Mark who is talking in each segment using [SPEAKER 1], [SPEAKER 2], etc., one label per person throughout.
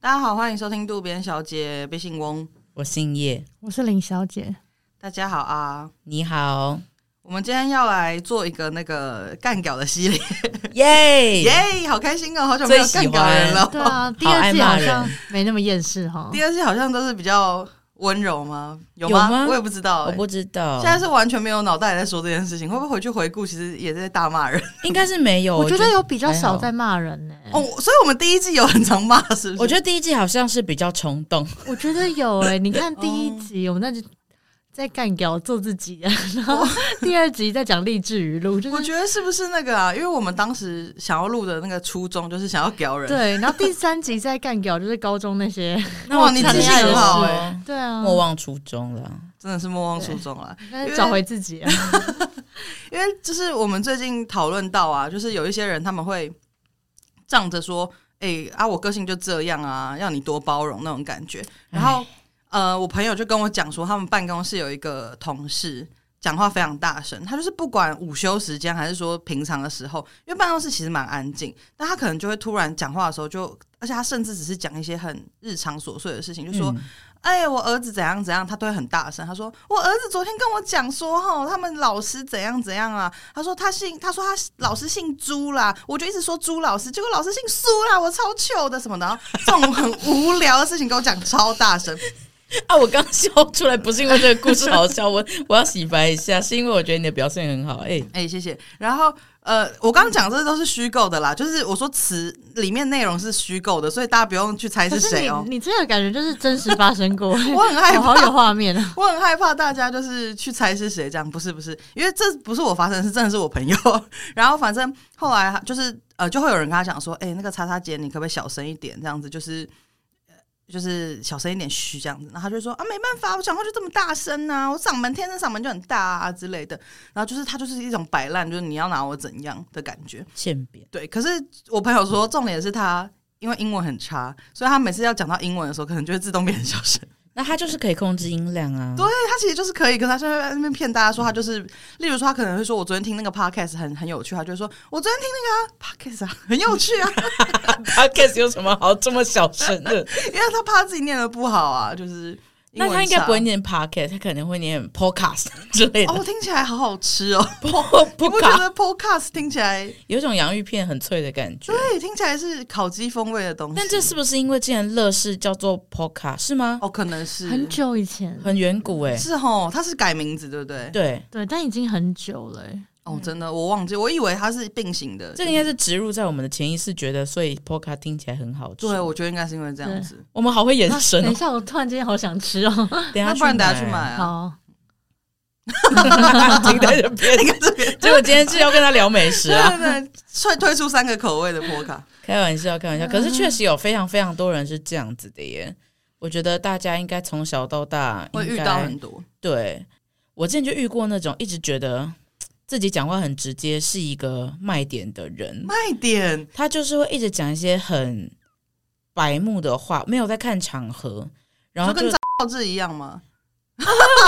[SPEAKER 1] 大家好，欢迎收听渡边小姐，被姓翁。
[SPEAKER 2] 我姓叶，
[SPEAKER 3] 我是林小姐，
[SPEAKER 1] 大家好啊，
[SPEAKER 2] 你好，
[SPEAKER 1] 我们今天要来做一个那个干屌的系列，
[SPEAKER 2] 耶
[SPEAKER 1] 耶、好开心哦，好久没有
[SPEAKER 2] 最喜
[SPEAKER 1] 干
[SPEAKER 2] 欢
[SPEAKER 1] 屌人了。
[SPEAKER 3] 对啊，第
[SPEAKER 2] 爱
[SPEAKER 3] 二季
[SPEAKER 2] 骂
[SPEAKER 3] 好像
[SPEAKER 2] 人
[SPEAKER 3] 没那么厌世哈。
[SPEAKER 1] 第二季好像都是比较温柔吗？有吗？
[SPEAKER 2] 有吗
[SPEAKER 1] 我也不知道、
[SPEAKER 2] 我
[SPEAKER 1] 欸。
[SPEAKER 2] 不知道，
[SPEAKER 1] 现在是完全没有脑袋在说这件事情，会不会回去回顾，其实也是在大骂人
[SPEAKER 2] 应该是没有，
[SPEAKER 3] 我觉得有比较
[SPEAKER 2] 还好
[SPEAKER 3] 少在骂人呢、
[SPEAKER 1] 哦？所以我们第一季有很常骂，是不是？
[SPEAKER 2] 哎我觉得第一季好像是比较冲动，
[SPEAKER 3] 我觉得有哎、你看第
[SPEAKER 1] 哦哦
[SPEAKER 3] 一集我们那就在干掉做自己，啊然后第二集在讲励志语录，就
[SPEAKER 1] 我
[SPEAKER 3] 是
[SPEAKER 1] 觉得是不是那个啊？因为我们当时想要录的那个初衷就是想要屌人，
[SPEAKER 3] 对，然后第三集在干掉就是高中那些，
[SPEAKER 2] 那我
[SPEAKER 1] 你
[SPEAKER 2] 觉得
[SPEAKER 3] 记性很
[SPEAKER 1] 好
[SPEAKER 2] 是
[SPEAKER 1] 欸
[SPEAKER 3] 对啊，
[SPEAKER 2] 莫忘初衷了，
[SPEAKER 1] 真的是莫忘初衷啊了。
[SPEAKER 3] 应该找回自己啊，
[SPEAKER 1] 因为就是我们最近讨论到啊，就是有一些人他们会仗着说，哎、啊，我个性就这样啊，要你多包容那种感觉。然后呃，我朋友就跟我讲说，他们办公室有一个同事。讲话非常大声，他就是不管午休时间还是说平常的时候，因为办公室其实蛮安静，但他可能就会突然讲话的时候就，而且他甚至只是讲一些很日常琐碎的事情，就说、
[SPEAKER 2] 嗯
[SPEAKER 1] 哎、我儿子怎样怎样，他都会很大声。他说，我儿子昨天跟我讲说，哈，他们老师怎样怎样啊。他说他姓，他说他老师姓朱啦，我就一直说朱老师，结果老师姓苏啦，我超糗的什么的。然后这种很无聊的事情给我讲超大声，
[SPEAKER 2] 啊，我刚笑出来不是因为这个故事好笑，我 我要洗白一下，是因为我觉得你的表现很好，哎、
[SPEAKER 1] 哎、谢谢。然后呃，我刚刚讲这都是虚构的啦，就是我说词里面内容是虚构的，所以大家不用去猜
[SPEAKER 3] 可
[SPEAKER 1] 是
[SPEAKER 3] 是
[SPEAKER 1] 谁哦
[SPEAKER 3] 你。你这个感觉就是真实发生过、
[SPEAKER 1] 我很害
[SPEAKER 3] 我
[SPEAKER 1] 怕
[SPEAKER 3] 好，有画面啊！
[SPEAKER 1] 我很害怕大家就是去猜是谁，这样不是不是，因为这不是我发生的事，真的是我朋友。 然后反正后来就是呃，就会有人跟他讲说，哎、那个叉叉姐，你可不可以小声一点？这样子就是。呃就是小声一点，嘘这样子，然后他就说啊，没办法，我讲话就这么大声啊，我嗓门天生嗓门就很大啊之类的。然后就是他就是一种摆烂，就是你要拿我怎样的感觉。
[SPEAKER 2] 欠扁，
[SPEAKER 1] 对，可是我朋友说，重点是他因为英文很差，所以他每次要讲到英文的时候，可能就会自动变成小声。
[SPEAKER 2] 那他就是可以控制音量啊，
[SPEAKER 1] 对他其实就是可以，可是他就在那边骗大家说他就是，例如说他可能会说，我昨天听那个 podcast 很很有趣，他就会说我昨天听那个、啊、podcast 啊很有趣啊，
[SPEAKER 2] ，Podcast 有什么好这么小声的？
[SPEAKER 1] 因为他怕自己念的不好啊，就是英文
[SPEAKER 2] 那他应该
[SPEAKER 1] 差
[SPEAKER 2] 不会。念 Podcast，他可能会念 Podcast 之类的
[SPEAKER 1] 哦，听起来好好吃哦！你不觉
[SPEAKER 2] ，Podcast
[SPEAKER 1] 得 podcast 听起来
[SPEAKER 2] 有一种洋芋片很脆的感觉。
[SPEAKER 1] 对，听起来是烤鸡风味的东西？
[SPEAKER 2] 但这是不是因为之前乐视叫做 Podcast 是吗？
[SPEAKER 1] 哦，可能是
[SPEAKER 3] 很久以前，
[SPEAKER 2] 很远古哎、
[SPEAKER 1] 是哦，它是改名字对不对？
[SPEAKER 2] 对，
[SPEAKER 3] 对，但已经很久了、欸。
[SPEAKER 1] 哦，真的我忘记，我以为它是并行的。
[SPEAKER 2] 这个应该是植入在我们的潜意识，觉得所以 Podcast 听起来很好吃。
[SPEAKER 1] 对，我觉得应该是因为这样
[SPEAKER 3] 对
[SPEAKER 1] 子。
[SPEAKER 2] 我们好会延
[SPEAKER 3] 啊
[SPEAKER 2] 伸
[SPEAKER 3] 等
[SPEAKER 2] 哦
[SPEAKER 3] 一。下，我突然间好想吃哦。
[SPEAKER 2] 等一下
[SPEAKER 1] 那不然等下去
[SPEAKER 2] 去买
[SPEAKER 1] 买啊。
[SPEAKER 3] 好，
[SPEAKER 2] 啊， 停在这 边。
[SPEAKER 1] 你看这边，
[SPEAKER 2] 结果今天是要跟他聊美食啊，
[SPEAKER 1] 对对对，推推出三个口味的波卡。
[SPEAKER 2] 开玩笑，开玩
[SPEAKER 1] 嗯
[SPEAKER 2] 笑。可是确实有非常非常多人是这样子的耶。我觉得大家应该从小到大
[SPEAKER 1] 会遇
[SPEAKER 2] 应该
[SPEAKER 1] 到很多。
[SPEAKER 2] 对我之前就遇过那种一直觉得自己讲话很直接是一个卖点的人，
[SPEAKER 1] 卖点
[SPEAKER 2] 他就是会一直讲一些很白目的话，没有在看场合，然后
[SPEAKER 1] 就跟
[SPEAKER 2] 就
[SPEAKER 1] 赵志一样吗？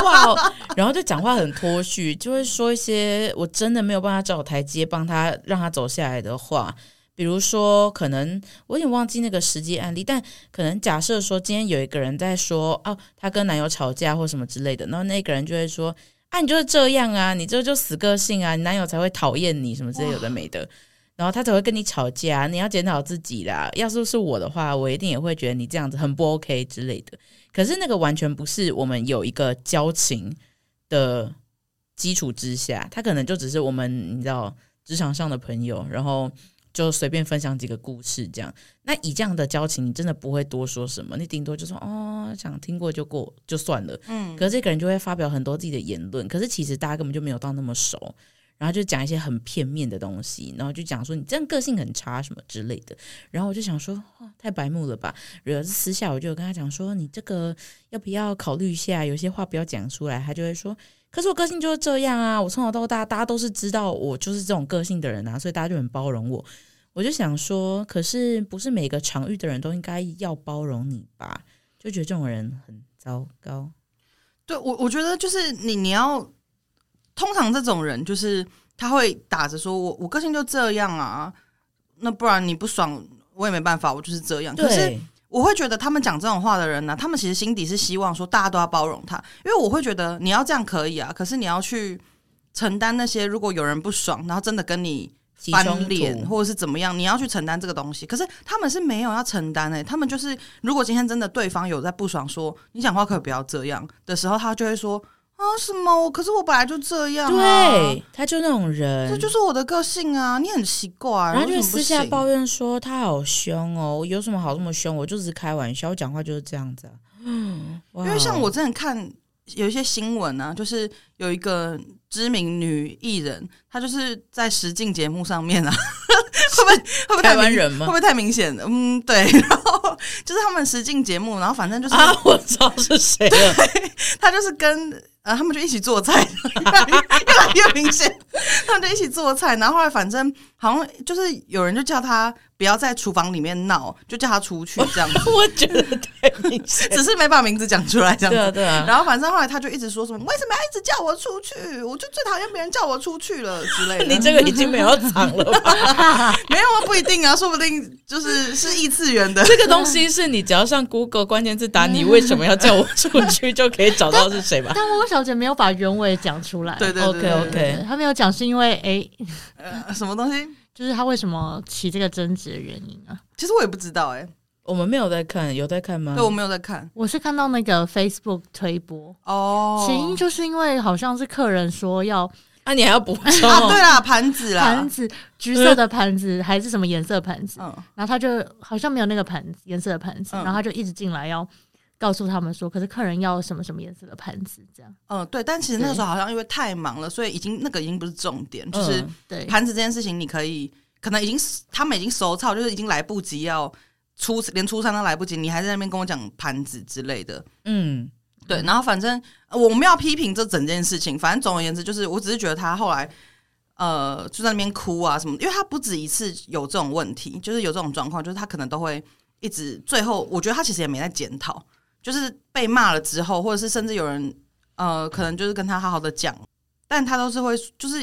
[SPEAKER 2] 哇哦， 然后就讲话很脱序，就会说一些我真的没有办法找台阶帮他让他走下来的话。比如说，可能我有点忘记那个实际案例，但可能假设说今天有一个人在说哦，她跟男友吵架或什么之类的，然后那个人就会说啊，你就是这样啊，你这就死个性啊，你男友才会讨厌你什么之类有的没的，然后他才会跟你吵架，你要检讨自己啦。要是是我的话，我一定也会觉得你这样子很不 OK 之类的。可是那个完全不是我们有一个交情的基础之下，他可能就只是我们你知道职场上的朋友，然后就随便分享几个故事这样。那以这样的交情，你真的不会多说什么，你顶多就说哦，想听过就过就算了。
[SPEAKER 1] 嗯，
[SPEAKER 2] 可是这个人就会发表很多自己的言论，可是其实大家根本就没有到那么熟，然后就讲一些很片面的东西，然后就讲说你这样个性很差什么之类的，然后我就想说，哇，太白目了吧！然后私下我就有跟他讲说，你这个要不要考虑一下，有些话不要讲出来，他就会说。可是我个性就是这样啊，我从小到大，大家都是知道我就是这种个性的人啊，所以大家就很包容我。我就想说，可是不是每个场域的人都应该要包容你吧？就觉得这种人很糟糕。
[SPEAKER 1] 对我我觉得就是你你要，通常这种人就是他会打着说我我个性就这样啊，那不然你不爽我也没办法，我就是这样。可是
[SPEAKER 2] 对，
[SPEAKER 1] 我会觉得他们讲这种话的人呢、他们其实心底是希望说大家都要包容他，因为我会觉得你要这样可以啊，可是你要去承担那些如果有人不爽，然后真的跟你
[SPEAKER 2] 起
[SPEAKER 1] 翻
[SPEAKER 2] 冲
[SPEAKER 1] 脸
[SPEAKER 2] 突，
[SPEAKER 1] 或者是怎么样，你要去承担这个东西。可是他们是没有要承担诶、他们就是如果今天真的对方有在不爽说你讲话可不要这样的时候，他就会说啊什么？可是我本来就这样、啊，，
[SPEAKER 2] 对，他就那种
[SPEAKER 1] 这
[SPEAKER 2] 人，
[SPEAKER 1] 就是我的个性啊，你很奇怪、
[SPEAKER 2] 然后就
[SPEAKER 1] 为
[SPEAKER 2] 会
[SPEAKER 1] 什么不
[SPEAKER 2] 私下
[SPEAKER 1] 行
[SPEAKER 2] 抱怨说他好凶哦，有什么好这么凶？我就只是开玩笑，我讲话就是这样 子、啊。嗯，因
[SPEAKER 1] 因为像我之前看有一些新闻啊，就是有一个知名女艺人，她就是在实境节目上面啊， 会不会会不会太
[SPEAKER 2] 台
[SPEAKER 1] 明
[SPEAKER 2] 湾人
[SPEAKER 1] 会
[SPEAKER 2] 吗
[SPEAKER 1] 不？会太明显？嗯，对。 然后就是他们实境节目，然后反正就是
[SPEAKER 2] 啊，我知道是谁了。，
[SPEAKER 1] 他就是跟呃，他们就一起做菜，越来越越来越明显。 他们就一起做菜，然后后来反正好像就是有人就叫他不要在厨房里面闹，就叫他出去这样子
[SPEAKER 2] 我觉得太明显。
[SPEAKER 1] 只是没把名字讲出来这样子
[SPEAKER 2] 对啊，。对啊。
[SPEAKER 1] 然后反正后来他就一直说什么为什么要一直叫我出去，我就最讨厌别人叫我出去了之类的。
[SPEAKER 2] 你这个已经没有藏 了吧？
[SPEAKER 1] 没有啊，不一定啊，说不定就是是异次元的。
[SPEAKER 2] 这个东西是你只要上 Google 关键字打“你为什么要叫我出去”，就可以找到是谁吧？
[SPEAKER 3] 但窝窝小姐没有把原委讲出来。
[SPEAKER 1] 对对对
[SPEAKER 2] OK
[SPEAKER 1] 对对
[SPEAKER 2] OK，
[SPEAKER 3] 她没有讲是因为诶，
[SPEAKER 1] 呃什么东西？
[SPEAKER 3] 就是她为什么起这个争执的原因啊？
[SPEAKER 1] 其实我也不知道哎、
[SPEAKER 2] 我们没有在看，有在看吗？
[SPEAKER 1] 对我没有在看
[SPEAKER 3] 我是看到那个 Facebook 推播，
[SPEAKER 1] 哦。
[SPEAKER 3] 起因就是因为好像是客人说要
[SPEAKER 2] 啊，你还要补充
[SPEAKER 1] 啊，
[SPEAKER 2] 哦？
[SPEAKER 1] 对啦，盘子啦，
[SPEAKER 3] 盘子，橘色的盘子还是什么颜色盘子，
[SPEAKER 1] 嗯，
[SPEAKER 3] 然后他就好像没有那个盘子颜色的盘子，
[SPEAKER 1] 嗯
[SPEAKER 3] 然后他就一直进来要告诉他们说，可是客人要什么什么颜色的盘子，这样
[SPEAKER 1] 嗯，对，但其实那个时候好像因为太忙了，所以已经那个已经不是重点，就是
[SPEAKER 2] 嗯
[SPEAKER 3] 对，
[SPEAKER 1] 盘子这件事情，你可以可能已经他们已经手操，就是已经来不及要出连出山都来不及，你还在那边跟我讲盘子之类的，
[SPEAKER 2] 嗯，
[SPEAKER 1] 对，然后反正呃我们要批评这整件事情，反正总而言之，就是我只是觉得他后来呃就在那边哭啊什么的，因为他不止一次有这种问题，就是有这种状况，就是他可能都会一直最后，我觉得他其实也没在检讨，就是被骂了之后，或者是甚至有人呃可能就是跟他好好的讲，但他都是会就是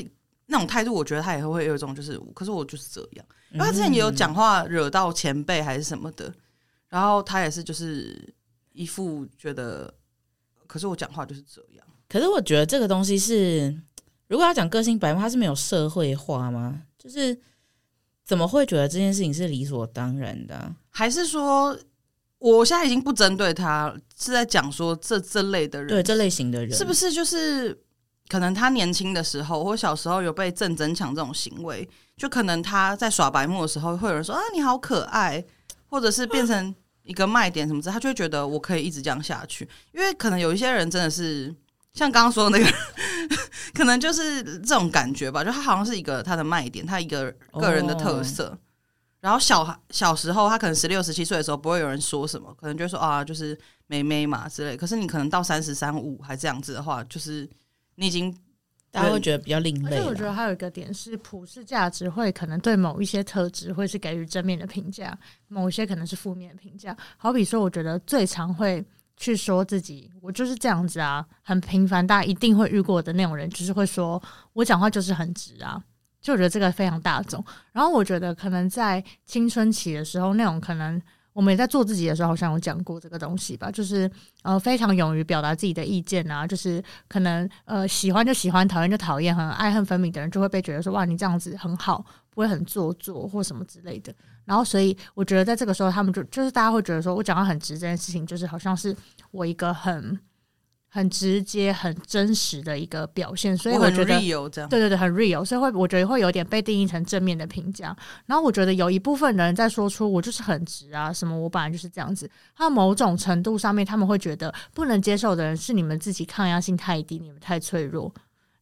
[SPEAKER 1] 那种态度，我觉得他也会有一种就是，可是我就是这样，因为他之前也有
[SPEAKER 2] 嗯
[SPEAKER 1] 讲话惹到前辈还是什么的，然后他也是就是一副觉得，可是我讲话就是这样，
[SPEAKER 2] 可是我觉得这个东西是，如果要讲个性白话，它是没有社会化吗？就是怎么会觉得这件事情是理所当然的啊、
[SPEAKER 1] 还是说我现在已经不针对他，是在讲说这这类的人，
[SPEAKER 2] 对这类型的人，
[SPEAKER 1] 是不
[SPEAKER 2] 是？
[SPEAKER 1] 是就是可能他年轻的时候或小时候有被正增强这种行为，就可能他在耍白目的时候，会有人说啊你好可爱，或者是变成一个卖点什么之类，他就会觉得我可以一直这样下去，因为可能有一些人真的是。像刚刚说的那个 可能就是这种感觉吧，就他好像是一个他的卖点，他一个个人的特色。然后小孩小时候，他可能十六、十七岁的时候，不会有人说什么，可能就会说啊，就是妹妹嘛之类。可是你可能到三十三五还这样子的话，就是你已经
[SPEAKER 2] 大家会觉得比较另
[SPEAKER 3] 而
[SPEAKER 2] 类
[SPEAKER 3] 且
[SPEAKER 2] 啦。
[SPEAKER 3] 我觉得还有一个点是，普世价值会可能对某一些特质会是给予正面的评价，某一些可能是负面的评价。好比说，我觉得最常会去说自己我就是这样子啊，很平凡，大家一定会遇过的那种人，就是会说我讲话就是很直啊。就我觉得这个非常大众。然后我觉得可能在青春期的时候，那种可能我们也在做自己的时候，好像有讲过这个东西吧，就是呃非常勇于表达自己的意见啊，就是可能呃喜欢就喜欢，讨厌就讨厌，很爱恨分明的人就会被觉得说哇你这样子很好，不会很做作或什么之类的。然后所以我觉得在这个时候，他们就就是大家会觉得说我讲话很直这件事情，就是好像是我一个很。很直接、很真实的一个表现，所以
[SPEAKER 1] 我
[SPEAKER 3] 我
[SPEAKER 1] 很
[SPEAKER 3] 觉得
[SPEAKER 1] real 这样。
[SPEAKER 3] 对对对，很 real，所以会我觉得会有点被定义成正面的评价。然后我觉得有一部分人在说出我就是很直啊，什么我本来就是这样子，他某种程度上面他们会觉得不能接受的人是你们自己抗压性太低，你们太脆弱。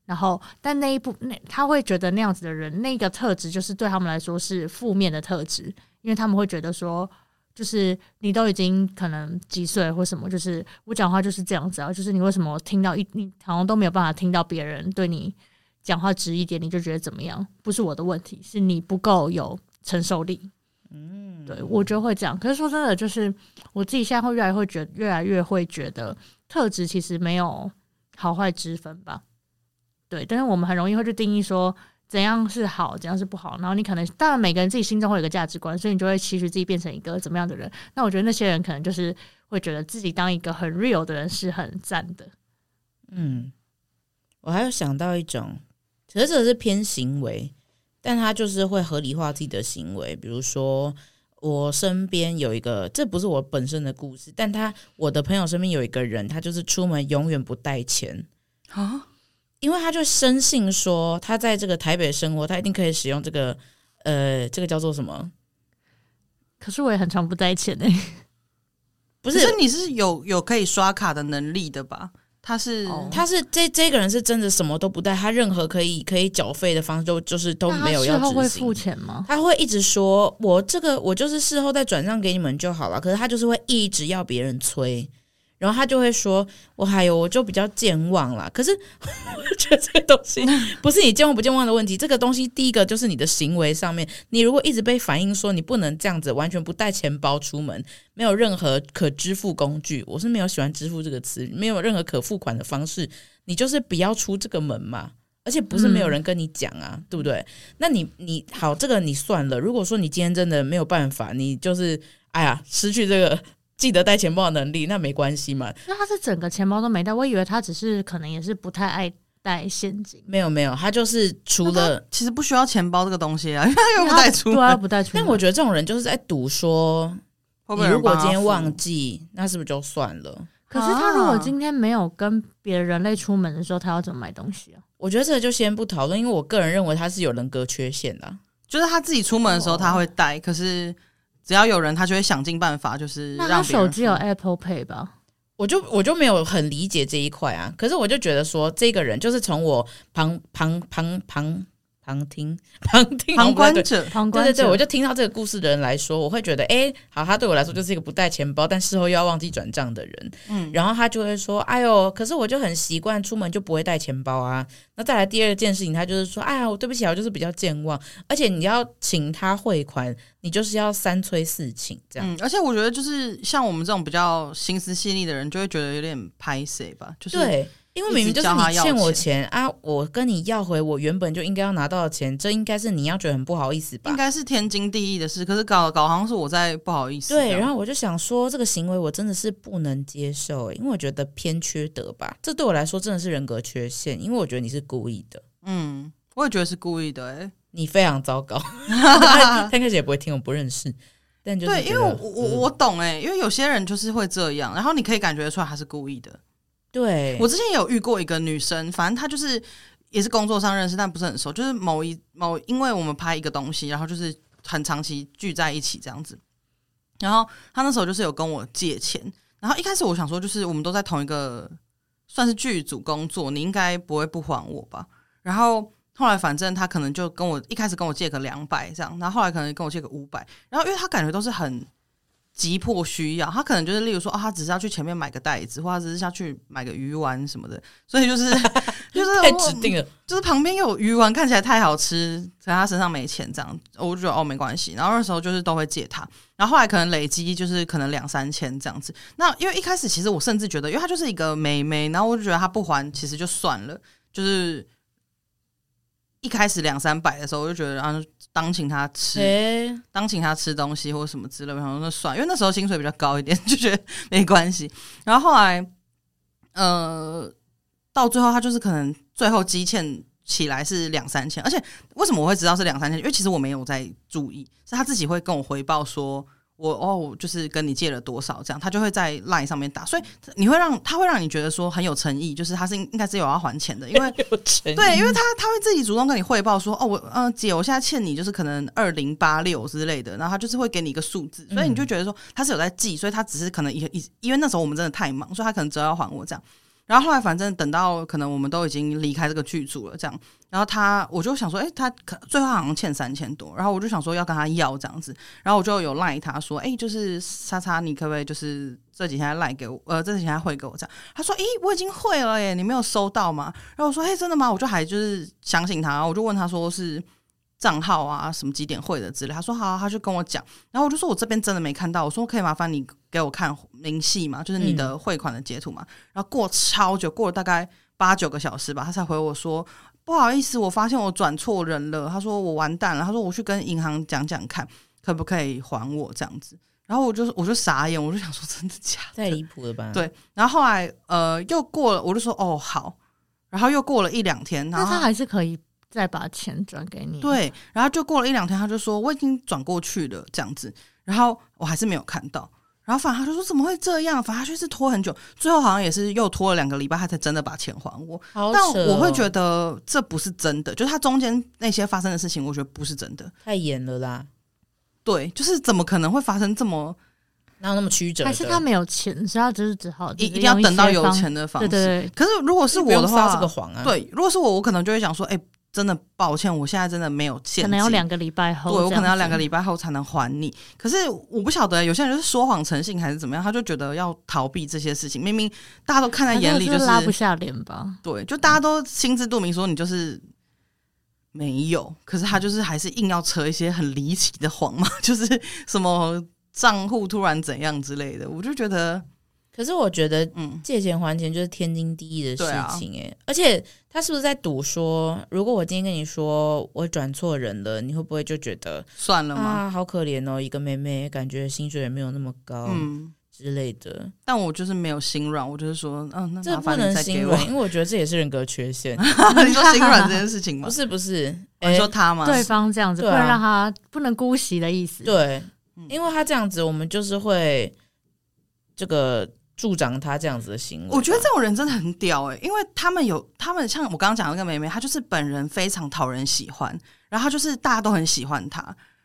[SPEAKER 3] 然后，但那一部那他会觉得那样子的人，那个特质就是对他们来说是负面的特质，因为他们会觉得说，就是你都已经可能几岁或什么，就是我讲话就是这样子啊，就是你为什么听到一你好像都没有办法听到别人对你讲话直一点，你就觉得怎么样？不是我的问题，是你不够有承受力。嗯，对，我觉得会这样。可是说真的，就是我自己现在会越来会觉越来越会觉得特质其实没有好坏之分吧。对，但是我们很容易会去定义说怎样是好，怎样是不好。然后你可能当然每个人自己心中会有一个价值观，所以你就会期许自己变成一个怎么样的人。那我觉得那些人可能就是会觉得自己当一个很 real 的人是很赞的。
[SPEAKER 2] 嗯，我还有想到一种，其实这是偏行为，但他就是会合理化自己的行为。比如说，我身边有一个，这不是我本身的故事，但他我的朋友身边有一个人，他就是出门永远不带钱，
[SPEAKER 1] 啊，
[SPEAKER 2] 因为他就深信说，他在这个台北生活，他一定可以使用这个，呃，这个叫做什么？
[SPEAKER 3] 可是我也很常不带钱诶、
[SPEAKER 2] 不
[SPEAKER 1] 可
[SPEAKER 2] 是，
[SPEAKER 1] 是你是有有可以刷卡的能力的吧？他是、
[SPEAKER 3] 哦
[SPEAKER 2] 他是这这个人是真的什么都不带，他任何可以可以缴费的方式都就是都没有要
[SPEAKER 3] 那他事后
[SPEAKER 2] 执
[SPEAKER 3] 会
[SPEAKER 2] 行
[SPEAKER 3] 付。钱吗？
[SPEAKER 2] 他会一直说：“我这个我就是事后再转账给你们就好了。”可是他就是会一直要别人催，然后他就会说：“我还有我就比较健忘啦。”可是 我觉得这个东 西不是你健忘不健忘的问题，这个东西第一个就是你的行为上面，你如果一直被反映说你不能这样子，完全不带钱包出门，没有任何可支付工具，我是没有喜欢支付这个词，没有任何可付款的方式，你就是不要出这个门嘛。而且不是没有人跟你讲啊，对不对？那你你好，这个你算了。如果说你今天真的没有办法，你就是哎呀，失去这个记得带钱包的能力，那没关系嘛。
[SPEAKER 3] 那他是整个钱包都没带，我以为他只是可能也是不太爱带现金。
[SPEAKER 2] 没有没有，他就是
[SPEAKER 1] 那
[SPEAKER 2] 除
[SPEAKER 1] 他
[SPEAKER 2] 了，
[SPEAKER 1] 其实不需要钱包这个东西啊，因为他又不带出
[SPEAKER 3] 对啊，
[SPEAKER 1] 门。
[SPEAKER 3] 不带出门。
[SPEAKER 2] 但我觉得这种人就是在赌说，
[SPEAKER 1] 会不会
[SPEAKER 2] 你
[SPEAKER 1] 有人
[SPEAKER 2] 如果
[SPEAKER 1] 帮他
[SPEAKER 2] 今天
[SPEAKER 1] 付
[SPEAKER 2] 忘记，那是不是就算了？
[SPEAKER 3] 可是他如果
[SPEAKER 1] 啊
[SPEAKER 3] 今天没有跟别的人类出门的时候，他要怎么买东西啊？
[SPEAKER 2] 我觉得这个就先不讨论，因为我个人认为他是有人格缺陷的啊、
[SPEAKER 1] 就是他自己出门的时候
[SPEAKER 3] 哦
[SPEAKER 1] 他会带，可是只要有人，他就会想尽办法，就是
[SPEAKER 3] 那
[SPEAKER 1] 让
[SPEAKER 3] 他
[SPEAKER 1] 别人
[SPEAKER 3] 手机有
[SPEAKER 1] 付
[SPEAKER 3] Apple Pay 吧？
[SPEAKER 2] 我就我就没有很理解这一块啊，可是我就觉得说，这个人就是从我旁旁旁旁旁听旁听哦
[SPEAKER 1] 旁观
[SPEAKER 2] 对
[SPEAKER 1] 者，
[SPEAKER 3] 旁
[SPEAKER 2] 对
[SPEAKER 3] 观
[SPEAKER 2] 对对，
[SPEAKER 3] 者
[SPEAKER 2] 我就听到这个故事的人来说，我会觉得，哎、好，他对我来说就是一个不带钱包，但事后又要忘记转账的人。
[SPEAKER 1] 嗯，
[SPEAKER 2] 然后他就会说：“哎呦，可是我就很习惯出门就不会带钱包啊。”那再来第二件事情，他就是说：“哎呀，我对不起啊，我就是比较健忘，而且你要请他汇款，你就是要三催四请这样。
[SPEAKER 1] 嗯，而且我觉得就是像我们这种比较心思细腻的人，就会觉得有点拍谁吧，就是
[SPEAKER 2] 对，因为明明就是你欠我
[SPEAKER 1] 一直
[SPEAKER 2] 钱啊，我跟你要回我原本就应该要拿到的钱，这应该是你要觉得很不好意思吧
[SPEAKER 1] 应？该是天经地义的事，可是搞搞好像是我在不好意思这样。
[SPEAKER 2] 对，然后我就想说，这个行为我真的是不能接受、欸因为我觉得偏缺德吧，这对我来说真的是人格缺陷，因为我觉得你是故意的，
[SPEAKER 1] 嗯，我也觉得是故意的、欸，
[SPEAKER 2] 你非常 糟糕。他一开始也不会听，我不认识，但就是
[SPEAKER 1] 对，因
[SPEAKER 2] 觉
[SPEAKER 1] 为
[SPEAKER 2] 得
[SPEAKER 1] 我我
[SPEAKER 2] 嗯
[SPEAKER 1] 我懂哎、因为有些人就是会这样，然后你可以感觉得出来他是故意的。
[SPEAKER 2] 对
[SPEAKER 1] 我之前有遇过一个女生，反正她就是也是工作上认识，但不是很熟。就是某一某，因为我们拍一个东西，然后就是很长期聚在一起这样子。然后她那时候就是有跟我借钱，然后一开始我想说，就是我们都在同一个算是剧组工作，你应该不会不还我吧？然后后来反正她可能就跟我一开始跟我借个两百这样，然后后来可能跟我借个五百，然后因为她感觉都是很急迫需要，他可能就是例如说，啊，他只是要去前面买个袋子，或者他只是要去买个鱼丸什么的，所以就是 就是
[SPEAKER 2] 太
[SPEAKER 1] 我嗯
[SPEAKER 2] 指定了，
[SPEAKER 1] 就是旁边有鱼丸看起来太好吃，可能他身上没钱这样，我就觉得哦没关系。然后那时候就是都会借他，然后后来可能累积就是可能两三千这样子。那因为一开始其实我甚至觉得，因为他就是一个妹妹，然后我就觉得他不还其实就算了，就是一开始两三百的时候我就觉得啊当请他吃
[SPEAKER 2] 哎、
[SPEAKER 1] 当请他吃东西或什么之类的，我想说算，因为那时候薪水比较高一点， 就觉得没关系。然后后来，呃，到最后他就是可能最后积欠起来是两三千，而且为什么我会知道是两三千？因为其实我没有在注意，是他自己会跟我回报说。我哦，我就是跟你借了多少，这样他就会在 LINE 上面打，所以你会让他会让你觉得说很有诚意，就是他是应应该是有要还钱的，因为
[SPEAKER 2] 有诚意
[SPEAKER 1] 对，因为他他会自己主动跟你汇报说，哦，我嗯、呃姐，我现在欠你就是可能二零八六之类的，然后他就是会给你一个数字，所以你就觉得说他是有在记，所以他只是可能一一，因为那时候我们真的太忙，所以他可能只要还我这样。然后后来反正等到可能我们都已经离开这个剧组了，这样，然后他我就想说，哎、他可最后好像欠三千多，然后我就想说要跟他要这样子，然后我就有赖他说，哎、就是莎莎，你可不可以就是这几天赖给我，呃，这几天汇给我这样。他说：“咦，我已经汇了耶，你没有收到吗？”然后我说：“嘿，真的吗？”我就还就是相信他，我就问他说是账号啊，什么几点汇的之类。他说：“好啊、他就跟我讲。然后我就说：“我这边真的没看到。”我说：“可以麻烦你给我看明细吗？就是你的汇款的截图嘛。然后过超久，过了大概八九个小时吧，他才回我说：“不不好意思，我发现我转错人了。”他说：“我完蛋了。”他说：“我去跟银行讲讲看，可不可以还我这样子。”然后我就我就傻眼，我就想说：“真的假的？”
[SPEAKER 2] 太离谱了吧？
[SPEAKER 1] 对然后后来呃又过了，我就说哦好，然后又过了一两天，然
[SPEAKER 3] 那
[SPEAKER 1] 后
[SPEAKER 3] 他还是可以再把钱转给你。，
[SPEAKER 1] 对，然后就过了一两天，他就说我已经转过去了这样子，然后我还是没有看到，然后反正他就说怎么会这样，反正他就是拖很久，最后好像也是又拖了两个礼拜，他才真的把钱还我。
[SPEAKER 2] 好
[SPEAKER 1] 但
[SPEAKER 2] 扯哦
[SPEAKER 1] 我会觉得这不是真的，就是他中间那些发生的事情，我觉得不是真的。
[SPEAKER 2] 太严了啦，
[SPEAKER 1] 对，就是怎么可能会发生这么
[SPEAKER 2] 哪有那么曲折的？
[SPEAKER 3] 还是他没有钱，所以他只是只好
[SPEAKER 1] 一
[SPEAKER 3] 一
[SPEAKER 1] 一定要等到有。钱的方
[SPEAKER 3] 对
[SPEAKER 1] 式？
[SPEAKER 3] 对对，
[SPEAKER 1] 可是如果是
[SPEAKER 2] 就不
[SPEAKER 1] 我
[SPEAKER 2] 用
[SPEAKER 1] 的
[SPEAKER 2] 撒
[SPEAKER 1] 话，
[SPEAKER 2] 这个谎
[SPEAKER 3] 嗯
[SPEAKER 2] 啊？，
[SPEAKER 1] 对，如果是我，我可能就会想说，哎、真的抱歉，我现在真的没有现金，
[SPEAKER 3] 可能要两个礼拜后
[SPEAKER 1] 对
[SPEAKER 3] 这样
[SPEAKER 1] 我
[SPEAKER 3] 子，
[SPEAKER 1] 可能要两个礼拜后才能还你。可是我不晓得，有些人就是说谎成性还是怎么样，他就觉得要逃避这些事情，明明大家都看在眼里，
[SPEAKER 3] 反正
[SPEAKER 1] 是
[SPEAKER 3] 我拉不下脸吧。
[SPEAKER 1] 对，就大家都心知肚明说你就是。没有，可是他就是还是硬要扯一些很离奇的谎嘛， 就是什么账户突然怎样之类的，我就觉得，
[SPEAKER 2] 可是我觉得
[SPEAKER 1] 嗯，
[SPEAKER 2] 借钱还钱就是天经地义的事
[SPEAKER 1] 对啊
[SPEAKER 2] 情哎、而且他是不是在赌说，如果我今天跟你说我转错人了，你会不会就觉得
[SPEAKER 1] 算了嘛，
[SPEAKER 2] 啊好可怜哦，一个妹妹，感觉薪水也没有那么高、
[SPEAKER 1] 嗯，
[SPEAKER 2] 之类的？
[SPEAKER 1] 但我就是没有心软，我就是说，嗯，那
[SPEAKER 2] 这
[SPEAKER 1] 麻
[SPEAKER 2] 不
[SPEAKER 1] 烦你
[SPEAKER 2] 能
[SPEAKER 1] 再
[SPEAKER 2] 心
[SPEAKER 1] 给我
[SPEAKER 2] 软，因为我觉得这也是人格 缺陷。
[SPEAKER 1] 你说心软这件事情吗
[SPEAKER 2] 不？是不是，
[SPEAKER 1] 哦你
[SPEAKER 2] 哎
[SPEAKER 1] 说他吗？
[SPEAKER 3] 对方这样子，不
[SPEAKER 2] 对啊
[SPEAKER 3] 能让他不能姑息的意思。
[SPEAKER 2] 对
[SPEAKER 1] 嗯，
[SPEAKER 2] 因为他这样子，我们就是会这个助长他这样子的行为吧。
[SPEAKER 1] 我觉得这种人真的很屌哎、因为他们有他们像我刚刚讲的那个妹妹，她就是本人非常讨人喜欢，然后她就是大家都很喜欢她，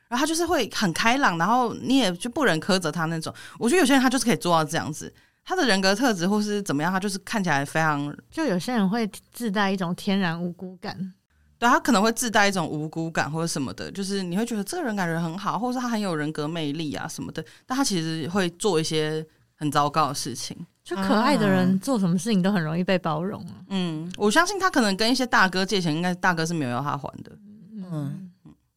[SPEAKER 1] 然后她就是会很开朗，然后你也就不忍苛责她那种。我觉得有些人他就是可以做到这样子，他的人格特质或是怎么样，他就是看起来非常，
[SPEAKER 3] 就有些人会自带一种天然无辜感，
[SPEAKER 1] 对他可能会自带一种无辜感或者什么的，就是你会觉得这个人感觉很好，或者是他很有人格魅力啊什么的，但他其实会做一些很糟糕的事情。
[SPEAKER 3] 就可爱
[SPEAKER 1] 啊
[SPEAKER 3] 的人做什么事情都很容易被包容啊。
[SPEAKER 1] 嗯，我相信他可能跟一些大哥借钱，应该大哥是没有要他还的。
[SPEAKER 2] 嗯，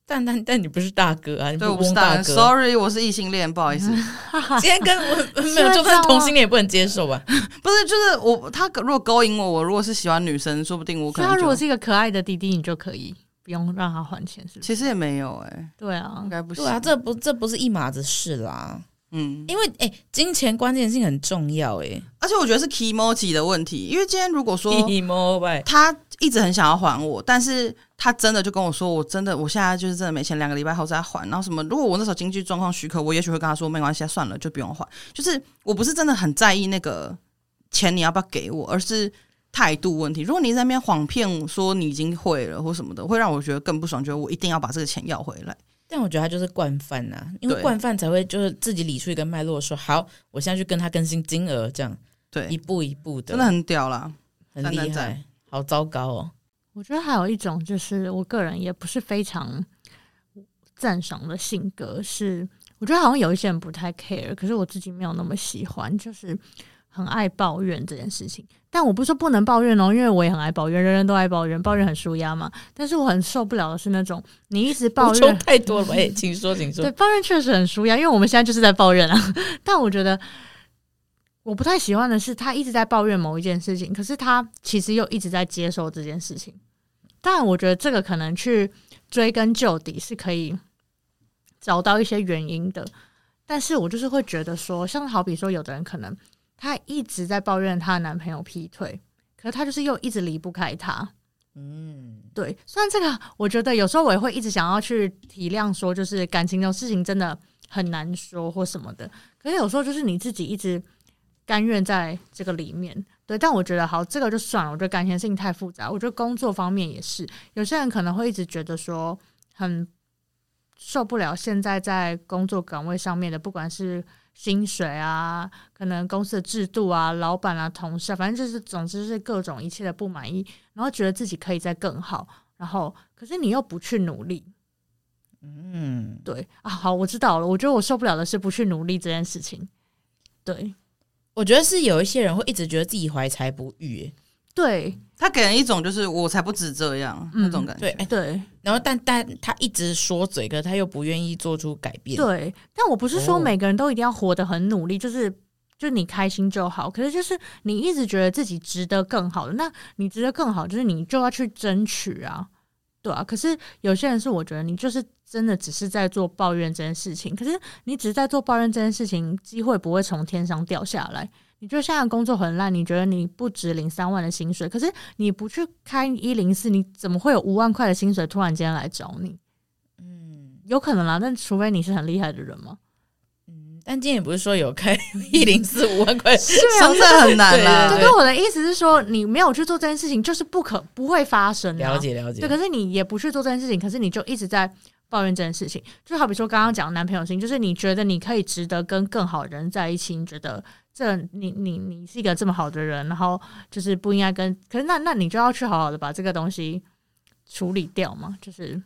[SPEAKER 2] 但但但你不是大哥啊，你不
[SPEAKER 1] 对，
[SPEAKER 2] 是
[SPEAKER 1] 我不是
[SPEAKER 2] 翁
[SPEAKER 1] 大哥
[SPEAKER 2] 哥。
[SPEAKER 1] ，sorry，我是异性恋，不好意思，
[SPEAKER 2] 今天跟我没
[SPEAKER 3] 这
[SPEAKER 2] 有，
[SPEAKER 3] 样
[SPEAKER 2] 就算同性恋也不能接受吧？
[SPEAKER 1] 不是，就是我他如果勾引我，我如果是喜欢女生，说不定我可
[SPEAKER 3] 所以他
[SPEAKER 1] 能
[SPEAKER 3] 如果
[SPEAKER 1] 就是
[SPEAKER 3] 一个可爱的弟弟，你就可以不用让他还钱，是不是？
[SPEAKER 1] 其实也没有哎、
[SPEAKER 3] 对
[SPEAKER 1] 应
[SPEAKER 3] 啊，
[SPEAKER 1] 该不行。
[SPEAKER 2] 对啊，这不这不是一码子事啦，
[SPEAKER 1] 嗯，
[SPEAKER 2] 因为哎、金钱关键性很重要哎、
[SPEAKER 1] 而且我觉得是 key emoji 的问题，因为今天如果 说
[SPEAKER 2] emo 呗，
[SPEAKER 1] 他一直很想要还我，但是他真的就跟我说，我真的我现在就是真的没钱，两个礼拜后再还。然后什么，如果我那时候经济状况许可，我也许会跟他说没关系啊，算了，就不用还。就是我不是真的很在意那个钱你要不要给我，而是态度问题。如果你在那边谎骗说你已经会了或什么的，会让我觉得更不爽，觉得我一定要把这个钱要回来。
[SPEAKER 2] 但我觉得他就是惯犯呐、因为
[SPEAKER 1] 对
[SPEAKER 2] 惯犯才会就是自己理出一个脉络说好，我现在去跟他更新金额，这样
[SPEAKER 1] 对，
[SPEAKER 2] 一步一步的，
[SPEAKER 1] 真的很屌啦。
[SPEAKER 2] 很
[SPEAKER 1] 赞
[SPEAKER 2] 厉
[SPEAKER 1] 赞赞
[SPEAKER 2] 害，好糟糕哦。
[SPEAKER 3] 我觉得还有一种就是我个人也不是非常赞赏的性格，是我觉得好像有一些人不太 care，可是我自己没有那么喜欢，就是很爱抱怨这件事情。但我不是说不能抱怨哦，因为我也很爱抱怨，人人都爱抱怨，抱怨很舒压嘛。但是我很受不了的是那种你一直抱
[SPEAKER 2] 补充
[SPEAKER 3] 怨，
[SPEAKER 2] 太多了 吧，哎、请说，请说
[SPEAKER 3] 对，。抱怨确实很舒压，因为我们现在就是在抱怨啊。 但我觉得我不太喜欢的是，他一直在抱怨某一件事情，可是他其实又一直在接受这件事情。但我觉得这个可能去追根究底是可以找到一些原因的。但是我就是会觉得说，像好比说，有的人可能她一直在抱怨她的男朋友劈腿，可是她就是又一直离不开他。
[SPEAKER 2] 嗯，
[SPEAKER 3] 对，虽然这个我觉得有时候我也会一直想要去体谅，说就是感情这种事情真的很难说或什么的。可是有时候就是你自己一直甘愿在这个里面，对。但我觉得好，这个就算了。我觉得感情的事情太复杂，我觉得工作方面也是，有些人可能会一直觉得说很受不了现在在工作岗位上面的，不管是薪水啊，可能公司的制度啊、老板啊、同事啊，反正就是总之是各种一切的不满意，然后觉得自己可以再更好，然后可是你又不去努力，
[SPEAKER 2] 嗯，
[SPEAKER 3] 对啊，好，我知道了，我觉得我受不了的是不去努力这件事情，对
[SPEAKER 2] 我觉得是有一些人会一直觉得自己怀才不遇，哎
[SPEAKER 3] 对
[SPEAKER 1] 他给人一种就是我才不止这样、
[SPEAKER 3] 嗯
[SPEAKER 1] 那种感觉。
[SPEAKER 2] 对，哎
[SPEAKER 3] 对
[SPEAKER 2] 然后但但他一直说嘴，可是他又不愿意做出改变。
[SPEAKER 3] 对，但我不是说
[SPEAKER 2] 哦
[SPEAKER 3] 每个人都一定要活得很努力，就是就你开心就好。可是就是你一直觉得自己值得更好的，那你值得更好，就是你就要去争取啊，对啊。可是有些人是我觉得你就是真的只是在做抱怨这件事情，可是你只是在做抱怨这件事情，机会不会从天上掉下来。你就现在工作很烂，你觉得你不值领三万的薪水，可是你不去开一零四，你怎么会有五万块的薪水突然间来找你？
[SPEAKER 2] 嗯
[SPEAKER 3] 有可能啦，但除非你是很厉害的人嘛。
[SPEAKER 2] 嗯，但今天也不是说有开 一零四五万块，
[SPEAKER 1] 真的很难啊
[SPEAKER 2] 对
[SPEAKER 3] 对，
[SPEAKER 1] 啦。
[SPEAKER 3] 跟我的意思是说，你没有去做这件事情，就是不可不会发生的、
[SPEAKER 2] 了。解了解
[SPEAKER 3] 对，，可是你也不去做这件事情，可是你就一直在抱怨这件事情，就好比说刚刚讲男朋友的事情，就是你觉得你可以值得跟更好的人在一起，你觉得这你你你是一个这么好的人，然后就是不应该跟，可是那那你就要去好好的把这个东西处理掉嘛， 就是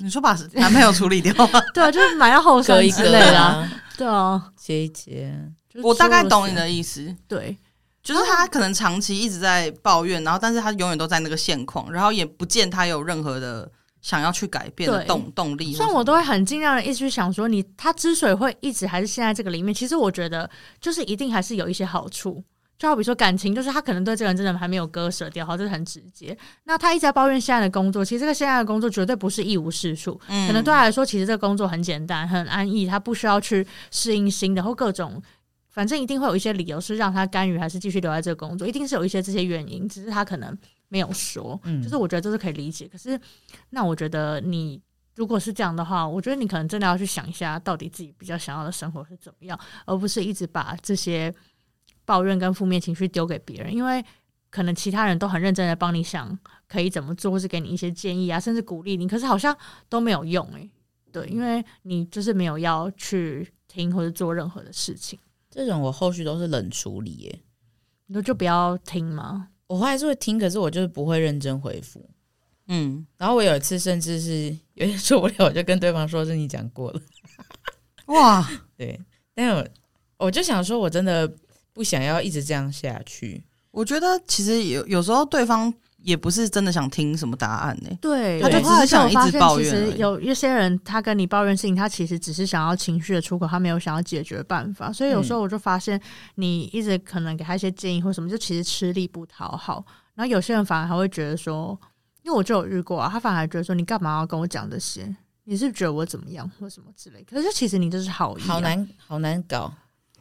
[SPEAKER 1] 你说把男朋友 处理掉吗？
[SPEAKER 3] 对啊，就是埋到后山
[SPEAKER 2] 隔一
[SPEAKER 3] 之
[SPEAKER 2] 个
[SPEAKER 3] 类的啊，
[SPEAKER 2] 啊，
[SPEAKER 3] 对啊，
[SPEAKER 2] 接一接，
[SPEAKER 3] 就是
[SPEAKER 1] 我大概
[SPEAKER 3] 诸如
[SPEAKER 1] 懂你
[SPEAKER 3] 此类，
[SPEAKER 1] 的意思，
[SPEAKER 3] 对，
[SPEAKER 1] 就是
[SPEAKER 3] 嗯
[SPEAKER 1] 他可能长期一直在抱怨，然后但是他永远都在那个现况，然后也不见他有任何的想要去改变的
[SPEAKER 3] 对
[SPEAKER 1] 动动力或什
[SPEAKER 3] 虽
[SPEAKER 1] 么。
[SPEAKER 3] 然我都会很尽量的一直去想说你，他之所以会一直还是现在这个里面，其实我觉得就是一定还是有一些好处。就好比说感情，就是他可能对这个人真的还没有割舍掉，好，这是很直接。那他一直在抱怨现在的工作，其实这个现在的工作绝对不是一无是处，
[SPEAKER 1] 嗯
[SPEAKER 3] 可能对他来啊说，其实这个工作很简单、很安逸，他不需要去适应新的或各种，反正一定会有一些理由是让他甘于还是继续留在这个工作，一定是有一些这些原因，只是他可能没有说，
[SPEAKER 2] 嗯
[SPEAKER 3] 就是我觉得这是可以理解。可是，那我觉得你如果是这样的话，我觉得你可能真的要去想一下，到底自己比较想要的生活是怎么样，而不是一直把这些抱怨跟负面情绪丢给别人，因为可能其他人都很认真的帮你想可以怎么做，或是给你一些建议啊，甚至鼓励你，可是好像都没有用诶、欸对，因为你就是没有要去听或者做任何的事情，
[SPEAKER 2] 这种我后续都是冷处理耶。
[SPEAKER 3] 你说就不要听吗？
[SPEAKER 2] 我还是会听，可是我就是不会认真回复。
[SPEAKER 1] 嗯，
[SPEAKER 2] 然后我有一次甚至是有点受不了，我就跟对方说：“是你讲过了。
[SPEAKER 1] 哇，”
[SPEAKER 2] 对，但我我就想说，我真的不想要一直这样下去。
[SPEAKER 1] 我觉得其实有有时候对方也不是真的想听什么答案欸呢、
[SPEAKER 3] 对
[SPEAKER 2] 他就
[SPEAKER 1] 只是想一直抱怨
[SPEAKER 3] 其
[SPEAKER 1] 而已
[SPEAKER 3] 实有一些人，他跟你抱怨事情，他其实只是想要情绪的出口，他没有想要解决办法。所以
[SPEAKER 1] 嗯
[SPEAKER 3] 有时候我就发现，你一直可能给他一些建议或什么，就其实吃力不讨好。然后有些人反而还会觉得说，因为我就有遇过啊，他反而觉得说，你干嘛要跟我讲这些？你是不是觉得我怎么样或什么之类？可是其实你这是好意、啊，
[SPEAKER 2] 好难，好难搞。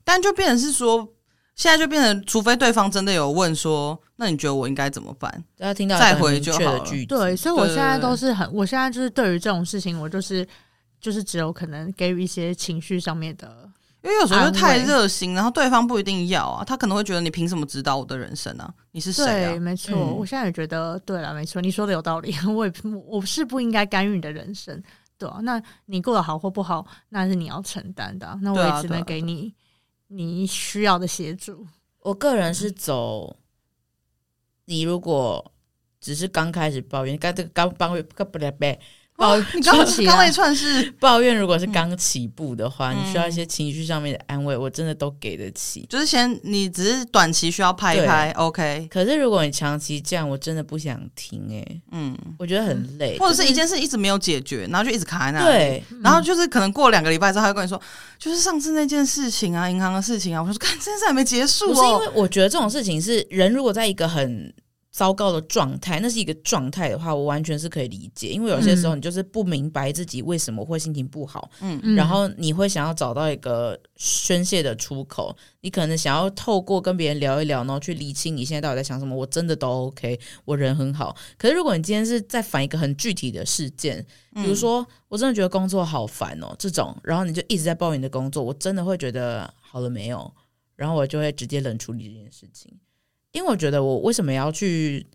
[SPEAKER 1] 但就变成是说，现在就变成，除非对方真的有问说，那你觉得我应该怎么办？
[SPEAKER 2] 只要听到
[SPEAKER 1] 再
[SPEAKER 2] 一个很
[SPEAKER 1] 回
[SPEAKER 2] 明
[SPEAKER 1] 就
[SPEAKER 2] 确
[SPEAKER 1] 好
[SPEAKER 2] 的
[SPEAKER 1] 了
[SPEAKER 2] 句子，
[SPEAKER 3] 对，所以我
[SPEAKER 1] 对
[SPEAKER 3] 现在
[SPEAKER 1] 对对
[SPEAKER 3] 都是很，我现在就是对于这种事情，我就是就是只有可能给予一些情绪上面的。
[SPEAKER 1] 因为有时候就太
[SPEAKER 3] 安慰
[SPEAKER 1] 热心，然后对方不一定要啊，他可能会觉得你凭什么指导我的人生啊？你是谁
[SPEAKER 3] 对，
[SPEAKER 1] 啊？
[SPEAKER 3] 没错，
[SPEAKER 2] 嗯
[SPEAKER 3] 我现在也觉得对了，没错，你说的有道理， 我也不我是不应该干预你的人生，对啊，那你过得好或不好，那是你要承担的啊、那我
[SPEAKER 1] 对啊
[SPEAKER 3] 也只
[SPEAKER 1] 对啊
[SPEAKER 3] 能给你、你需要的协助。
[SPEAKER 2] 我个人是走，你如果只是刚开始抱怨，刚这个刚抱怨，不不不不抱
[SPEAKER 1] 哦
[SPEAKER 2] 怨，
[SPEAKER 1] 你刚刚
[SPEAKER 3] 说起来
[SPEAKER 1] 那一串是，
[SPEAKER 2] 抱怨，如果是刚起步的话，
[SPEAKER 1] 嗯
[SPEAKER 2] 你需要一些情绪上面的安慰，我真的都给得起。
[SPEAKER 1] 就是先你只是短期需要拍一拍，OK，
[SPEAKER 2] 可是如果你长期这样，我真的不想听哎、
[SPEAKER 1] 嗯，
[SPEAKER 2] 我觉得很累。
[SPEAKER 1] 或者是一啊件事一直没有解决，然后就一直卡在那里。
[SPEAKER 2] 对，
[SPEAKER 1] 然后就是可能过两个礼拜之后，他会跟你说，就是上次那件事情啊，银行的事情啊，我就说，看这件事还没结束
[SPEAKER 2] 不是因
[SPEAKER 1] 哦。
[SPEAKER 2] 为我觉得这种事情是人如果在一个很糟糕的状态，那是一个状态的话，我完全是可以理解。因为有些时候
[SPEAKER 3] 嗯
[SPEAKER 2] 你就是不明白自己为什么会心情不好，
[SPEAKER 1] 嗯，
[SPEAKER 3] 嗯
[SPEAKER 2] 然后你会想要找到一个宣泄的出口，你可能想要透过跟别人聊一聊，然后去理清你现在到底在想什么。我真的都 OK，我人很好。可是如果你今天是在反一个很具体的事件，
[SPEAKER 1] 嗯
[SPEAKER 2] 比如说我真的觉得工作好烦哦，这种，然后你就一直在抱怨你的工作，我真的会觉得好了没有，然后我就会直接冷处理这件事情，因为我觉得我为什么要去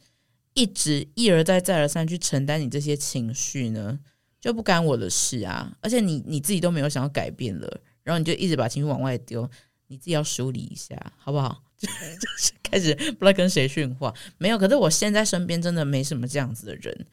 [SPEAKER 2] 一直一而再再而三去承担你这些情绪呢？就不干我的事啊，而且你你自己都没有想要改变了，然后你就一直把情绪往外丢，你自己要梳理一下，好不好？ 就是开始不知道跟谁训话，没有。可是我现在身边真的没什么这样子的人，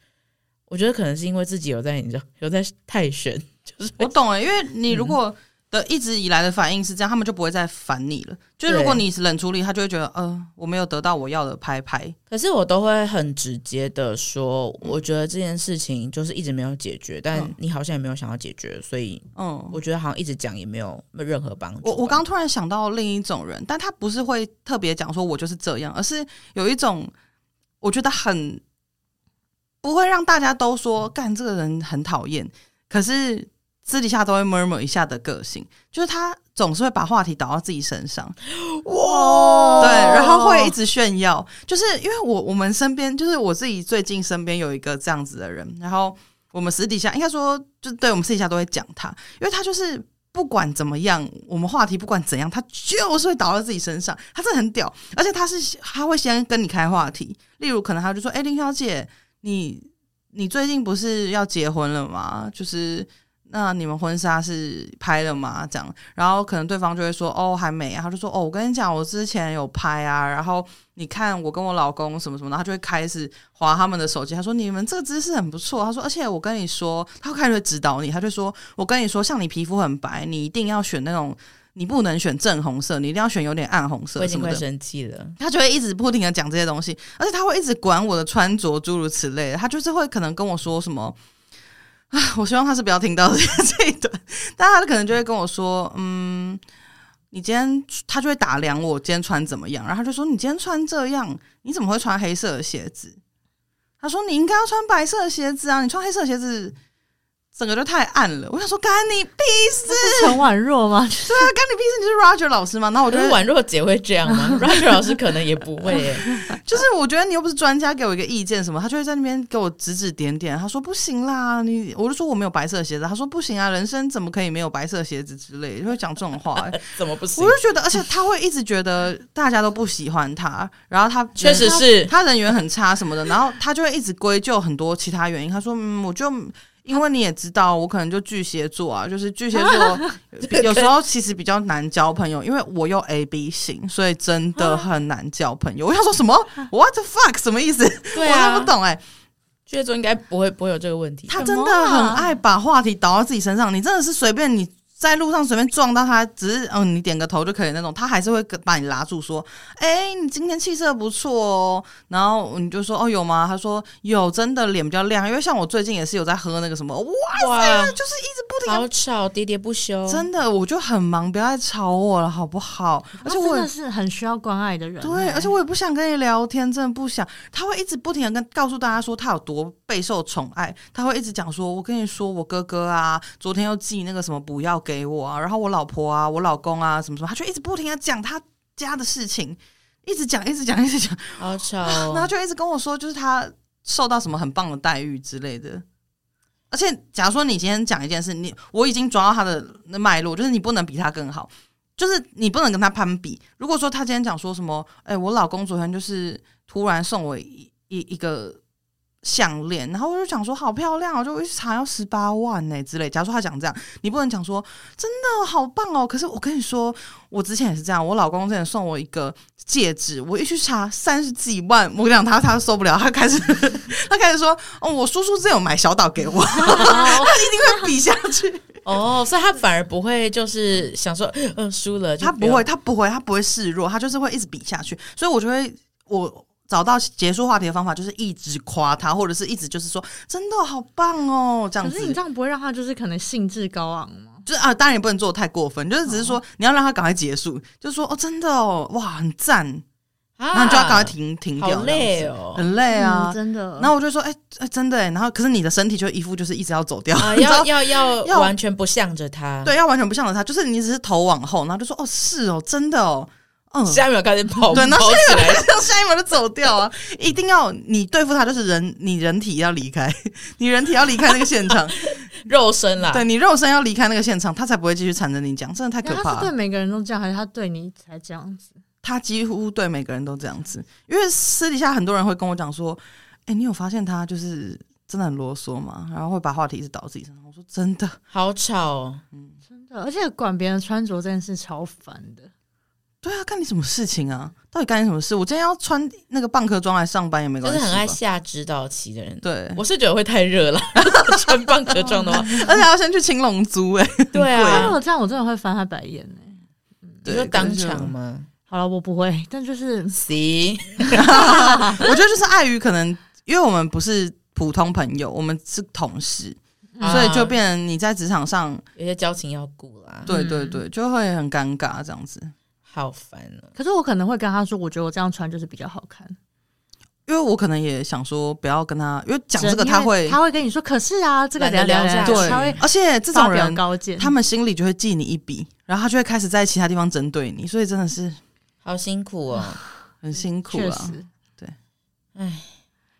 [SPEAKER 2] 我觉得可能是因为自己有在你知道有在泰选，就是嗯
[SPEAKER 1] 我懂了，因为你如果的一直以来的反应是这样，他们就不会再烦你了。就是如
[SPEAKER 2] 对
[SPEAKER 1] 果你是冷处理，他就会觉得，呃，我没有得到我要的拍拍。
[SPEAKER 2] 可是我都会很直接的说，我觉得这件事情就是一直没有解决，但
[SPEAKER 1] 嗯
[SPEAKER 2] 你好像也没有想要解决，所以
[SPEAKER 1] 嗯，
[SPEAKER 2] 我觉得好像一直讲也没有任何帮助啊吧。
[SPEAKER 1] 我我刚突然想到另一种人，但他不是会特别讲说我就是这样，而是有一种我觉得很不会让大家都说干这个人很讨厌，可是私底下都会 murmur 一下的个性，就是他总是会把话题导到自己身上，
[SPEAKER 3] 哦
[SPEAKER 2] 哇
[SPEAKER 1] 对，然后会一直炫耀，就是因为我我们身边，就是我自己最近身边有一个这样子的人，然后我们私底下应该说，就对我们私底下都会讲他，因为他就是不管怎么样，我们话题不管怎样，他就是会倒到自己身上，他真的很屌，而且他是他会先跟你开话题，例如可能他就说，哎、林小姐，你你最近不是要结婚了吗？就是。那你们婚纱是拍了吗？这样，然后可能对方就会说哦还没啊，他就说哦我跟你讲我之前有拍啊，然后你看我跟我老公什么什么，然后他就会开始划他们的手机，他说你们这个姿势很不错，他说而且我跟你说，他会开始指导你，他就说我跟你说像你皮肤很白，你一定要选那种你不能选正红色，你一定要选有点暗红
[SPEAKER 2] 我
[SPEAKER 1] 色
[SPEAKER 2] 已
[SPEAKER 1] 什
[SPEAKER 2] 经
[SPEAKER 1] 么
[SPEAKER 2] 快
[SPEAKER 1] 的。
[SPEAKER 2] 生气了。
[SPEAKER 1] 他就会一直不停的讲这些东西，而且他会一直管我的穿着，诸如此类的。他就是会可能跟我说什么 啊，我希望他是不要听到这这一段，但他可能就会跟我说，嗯，你今天他就会打量我今天穿怎么样，然后他就说你今天穿这样，你怎么会穿黑色的鞋子？他说你应该要穿白色的鞋子啊，你穿黑色的鞋子。整个就太暗了，我想说干你屁事，
[SPEAKER 3] 是陈婉若 吗？
[SPEAKER 1] 对啊，干你屁事，你是 Roger 老师吗？然后我就
[SPEAKER 2] 可
[SPEAKER 1] 会
[SPEAKER 2] 是宛若姐会这样 吗？Roger 老师可能也不会耶。
[SPEAKER 1] 就是我觉得你又不是专家，给我一个意见什么，他就会在那边给我指指点点。他说不行啦，你我就说我没有白色的鞋子，他说不行啊，人生怎么可以没有白色的鞋子之类的，就会讲这种话、 欸
[SPEAKER 2] 怎么不行
[SPEAKER 1] 我？就觉得，而且他会一直觉得大家都不喜欢他，然后他
[SPEAKER 2] 确实是
[SPEAKER 1] 他他人缘很差什么的，然后他就会一直归咎很多其他原因。他说，嗯，我就因为你也知道，我可能就巨蟹座啊，就是巨蟹 座有时候其实比较难交朋友，因为我又 A B 型，所以真 的很难交朋友。我想说什么？What the fuck？什么意思？
[SPEAKER 2] 对啊，
[SPEAKER 1] 我都不懂哎、
[SPEAKER 2] 巨蟹座应该不会不会有这个问题。
[SPEAKER 1] 他
[SPEAKER 3] 什
[SPEAKER 1] 真
[SPEAKER 3] 么
[SPEAKER 1] 的很
[SPEAKER 3] 啊
[SPEAKER 1] 爱把话题导到自己身上，你真的是随便你。在路上随便撞到他，只是嗯，你点个头就可以那种，他还是会跟把你拉住说：“哎、你今天气色不错哦。”然后你就说：“哦，有吗？”他说：“有，真的脸比较亮。”因为像我最近也是有在喝那个什么，哇，啊
[SPEAKER 2] 哇，
[SPEAKER 1] 就是一直不停
[SPEAKER 2] 好吵，喋喋不休
[SPEAKER 3] 哦
[SPEAKER 1] 地，。真的，我就很忙，不要再吵我了，好不好？而且
[SPEAKER 3] 他
[SPEAKER 1] 我
[SPEAKER 3] 哦真
[SPEAKER 1] 也
[SPEAKER 3] 的是很需要关爱的人欸、
[SPEAKER 1] 对，而且我也不想跟你聊天，真的不想。他会一直不停的跟告诉大家说他有多备受宠爱，他会一直讲说，我跟你说，我哥哥啊，昨天又寄那个什么补药给我啊，然后我老婆啊，我老公啊，什么什么，他就一直不停的讲他家的事情，一直讲，一直讲，一直讲，
[SPEAKER 2] 好吵
[SPEAKER 1] 然后
[SPEAKER 2] 哦。
[SPEAKER 1] 就一直跟我说，就是他受到什么很棒的待遇之类的。而且，假如说你今天讲一件事，你我已经抓到他的那脉络，就是你不能比他更好，就是你不能跟他攀比。如果说他今天讲说什么，哎、我老公昨天就是突然送我一一一个项链，然后我就想说好漂亮哦，我就一查要十八万呢、之类。假如说他讲这样，你不能讲说真的哦好棒哦。可是我跟你说，我之前也是这样，我老公之前送我一个戒指，我一去查三十几万，我跟你讲他他受不了，他开始 他开始说哦，我叔叔之前有买小岛给我， 他一定会比下去。
[SPEAKER 2] 哦，所以他反而不会就是想说，嗯，输了就
[SPEAKER 1] 他
[SPEAKER 2] 要
[SPEAKER 1] 不会，，他不会，他不会示弱，他就是会一直比下去。所以我就会，我找到结束话题的方法，就是一直夸他，或者是一直就是说，真的好棒哦，这样
[SPEAKER 3] 可
[SPEAKER 1] 子。
[SPEAKER 3] 是你这样不会让他就是可能兴致高昂吗？
[SPEAKER 1] 就是啊，当然也不能做得太过分，就是只是说、你要让他赶快结束，就是说哦，真的哦，哇，很赞，然后
[SPEAKER 2] 那
[SPEAKER 1] 你就要赶快停停掉，
[SPEAKER 2] 啊好累
[SPEAKER 1] 这样
[SPEAKER 2] 哦
[SPEAKER 1] 子，。很累啊
[SPEAKER 3] 嗯。真的。
[SPEAKER 1] 然后我就说，哎、哎真的哎，然后可是你的身体就一副就是一直要走掉，
[SPEAKER 2] 啊，
[SPEAKER 1] 你知道
[SPEAKER 3] 嗯
[SPEAKER 2] 要要要
[SPEAKER 1] 要
[SPEAKER 2] 完全不向着他，，
[SPEAKER 1] 对，要完全不像着他，就是你只是头往后，然后就说哦是哦，真的 哦，嗯，
[SPEAKER 2] 下一秒开始跑，
[SPEAKER 1] 对那
[SPEAKER 2] 跑起来，
[SPEAKER 1] 这样下一秒就走掉啊！一定要你对付他，就是人，你人体要离开，你人体要离开那个现 场，
[SPEAKER 2] 肉身啦，
[SPEAKER 1] 对你肉身要离开那个现场，他才不会继续缠着你讲，真的太可
[SPEAKER 3] 那他
[SPEAKER 1] 怕
[SPEAKER 3] 是对
[SPEAKER 1] 了。
[SPEAKER 3] 每个人都这样，还是他对你才这样子？
[SPEAKER 1] 他几乎对每个人都这样子，因为私底下很多人会跟我讲说：“哎、你有发现他就是真的很啰嗦吗？”然后会把话题一直导自己身上。我说：“真的，
[SPEAKER 2] 好吵哦。
[SPEAKER 3] 真的，而且管别人穿着这件事超烦的。
[SPEAKER 1] 对啊，干你什么事情啊？到底干你什么事？我今天要穿那个蚌壳装来上班也没
[SPEAKER 2] 就
[SPEAKER 1] 关
[SPEAKER 2] 是
[SPEAKER 1] 系吧，
[SPEAKER 2] 很爱下肢到期的人。
[SPEAKER 1] 对，
[SPEAKER 2] 我是觉得会太热 了，穿蚌壳装的话，
[SPEAKER 1] 而且还要先去青龙租哎、
[SPEAKER 2] 对
[SPEAKER 3] 他如
[SPEAKER 2] 啊，
[SPEAKER 3] 果这样，我真的会翻他白眼呢、
[SPEAKER 2] 你
[SPEAKER 1] 对，
[SPEAKER 2] 说
[SPEAKER 1] 可
[SPEAKER 2] 当
[SPEAKER 1] 是就
[SPEAKER 2] 场吗？
[SPEAKER 3] 好了，我不会，但就是
[SPEAKER 2] 行，
[SPEAKER 1] 我觉得就是碍于可能，因为我们不是普通朋友，我们是同事，
[SPEAKER 3] 嗯
[SPEAKER 2] 啊
[SPEAKER 1] 所以就变成你在职场上，
[SPEAKER 2] 有些交情要顾啦，
[SPEAKER 1] 对对对，就会很尴尬这样子。
[SPEAKER 2] 好烦哦。
[SPEAKER 3] 可是我可能会跟他说，我觉得我这样穿就是比较好看。
[SPEAKER 1] 因为我可能也想说，不要跟他，因为讲这个
[SPEAKER 3] 因为
[SPEAKER 1] 他会，
[SPEAKER 3] 他会跟你说，可是啊，这个
[SPEAKER 2] 懒得
[SPEAKER 3] 等一下
[SPEAKER 2] 聊
[SPEAKER 3] 聊
[SPEAKER 2] 下
[SPEAKER 3] 下
[SPEAKER 2] 去
[SPEAKER 1] 对
[SPEAKER 3] 他会
[SPEAKER 1] 而且这
[SPEAKER 3] 发
[SPEAKER 1] 种
[SPEAKER 3] 表
[SPEAKER 1] 人，
[SPEAKER 3] 高见，
[SPEAKER 1] 他们心里就会记你一笔，然后他就会开始在其他地方针对你，所以真的是
[SPEAKER 2] 好辛苦 哦，
[SPEAKER 1] 很辛苦
[SPEAKER 3] 确
[SPEAKER 1] 啊。
[SPEAKER 3] 实，
[SPEAKER 1] 对，
[SPEAKER 2] 唉，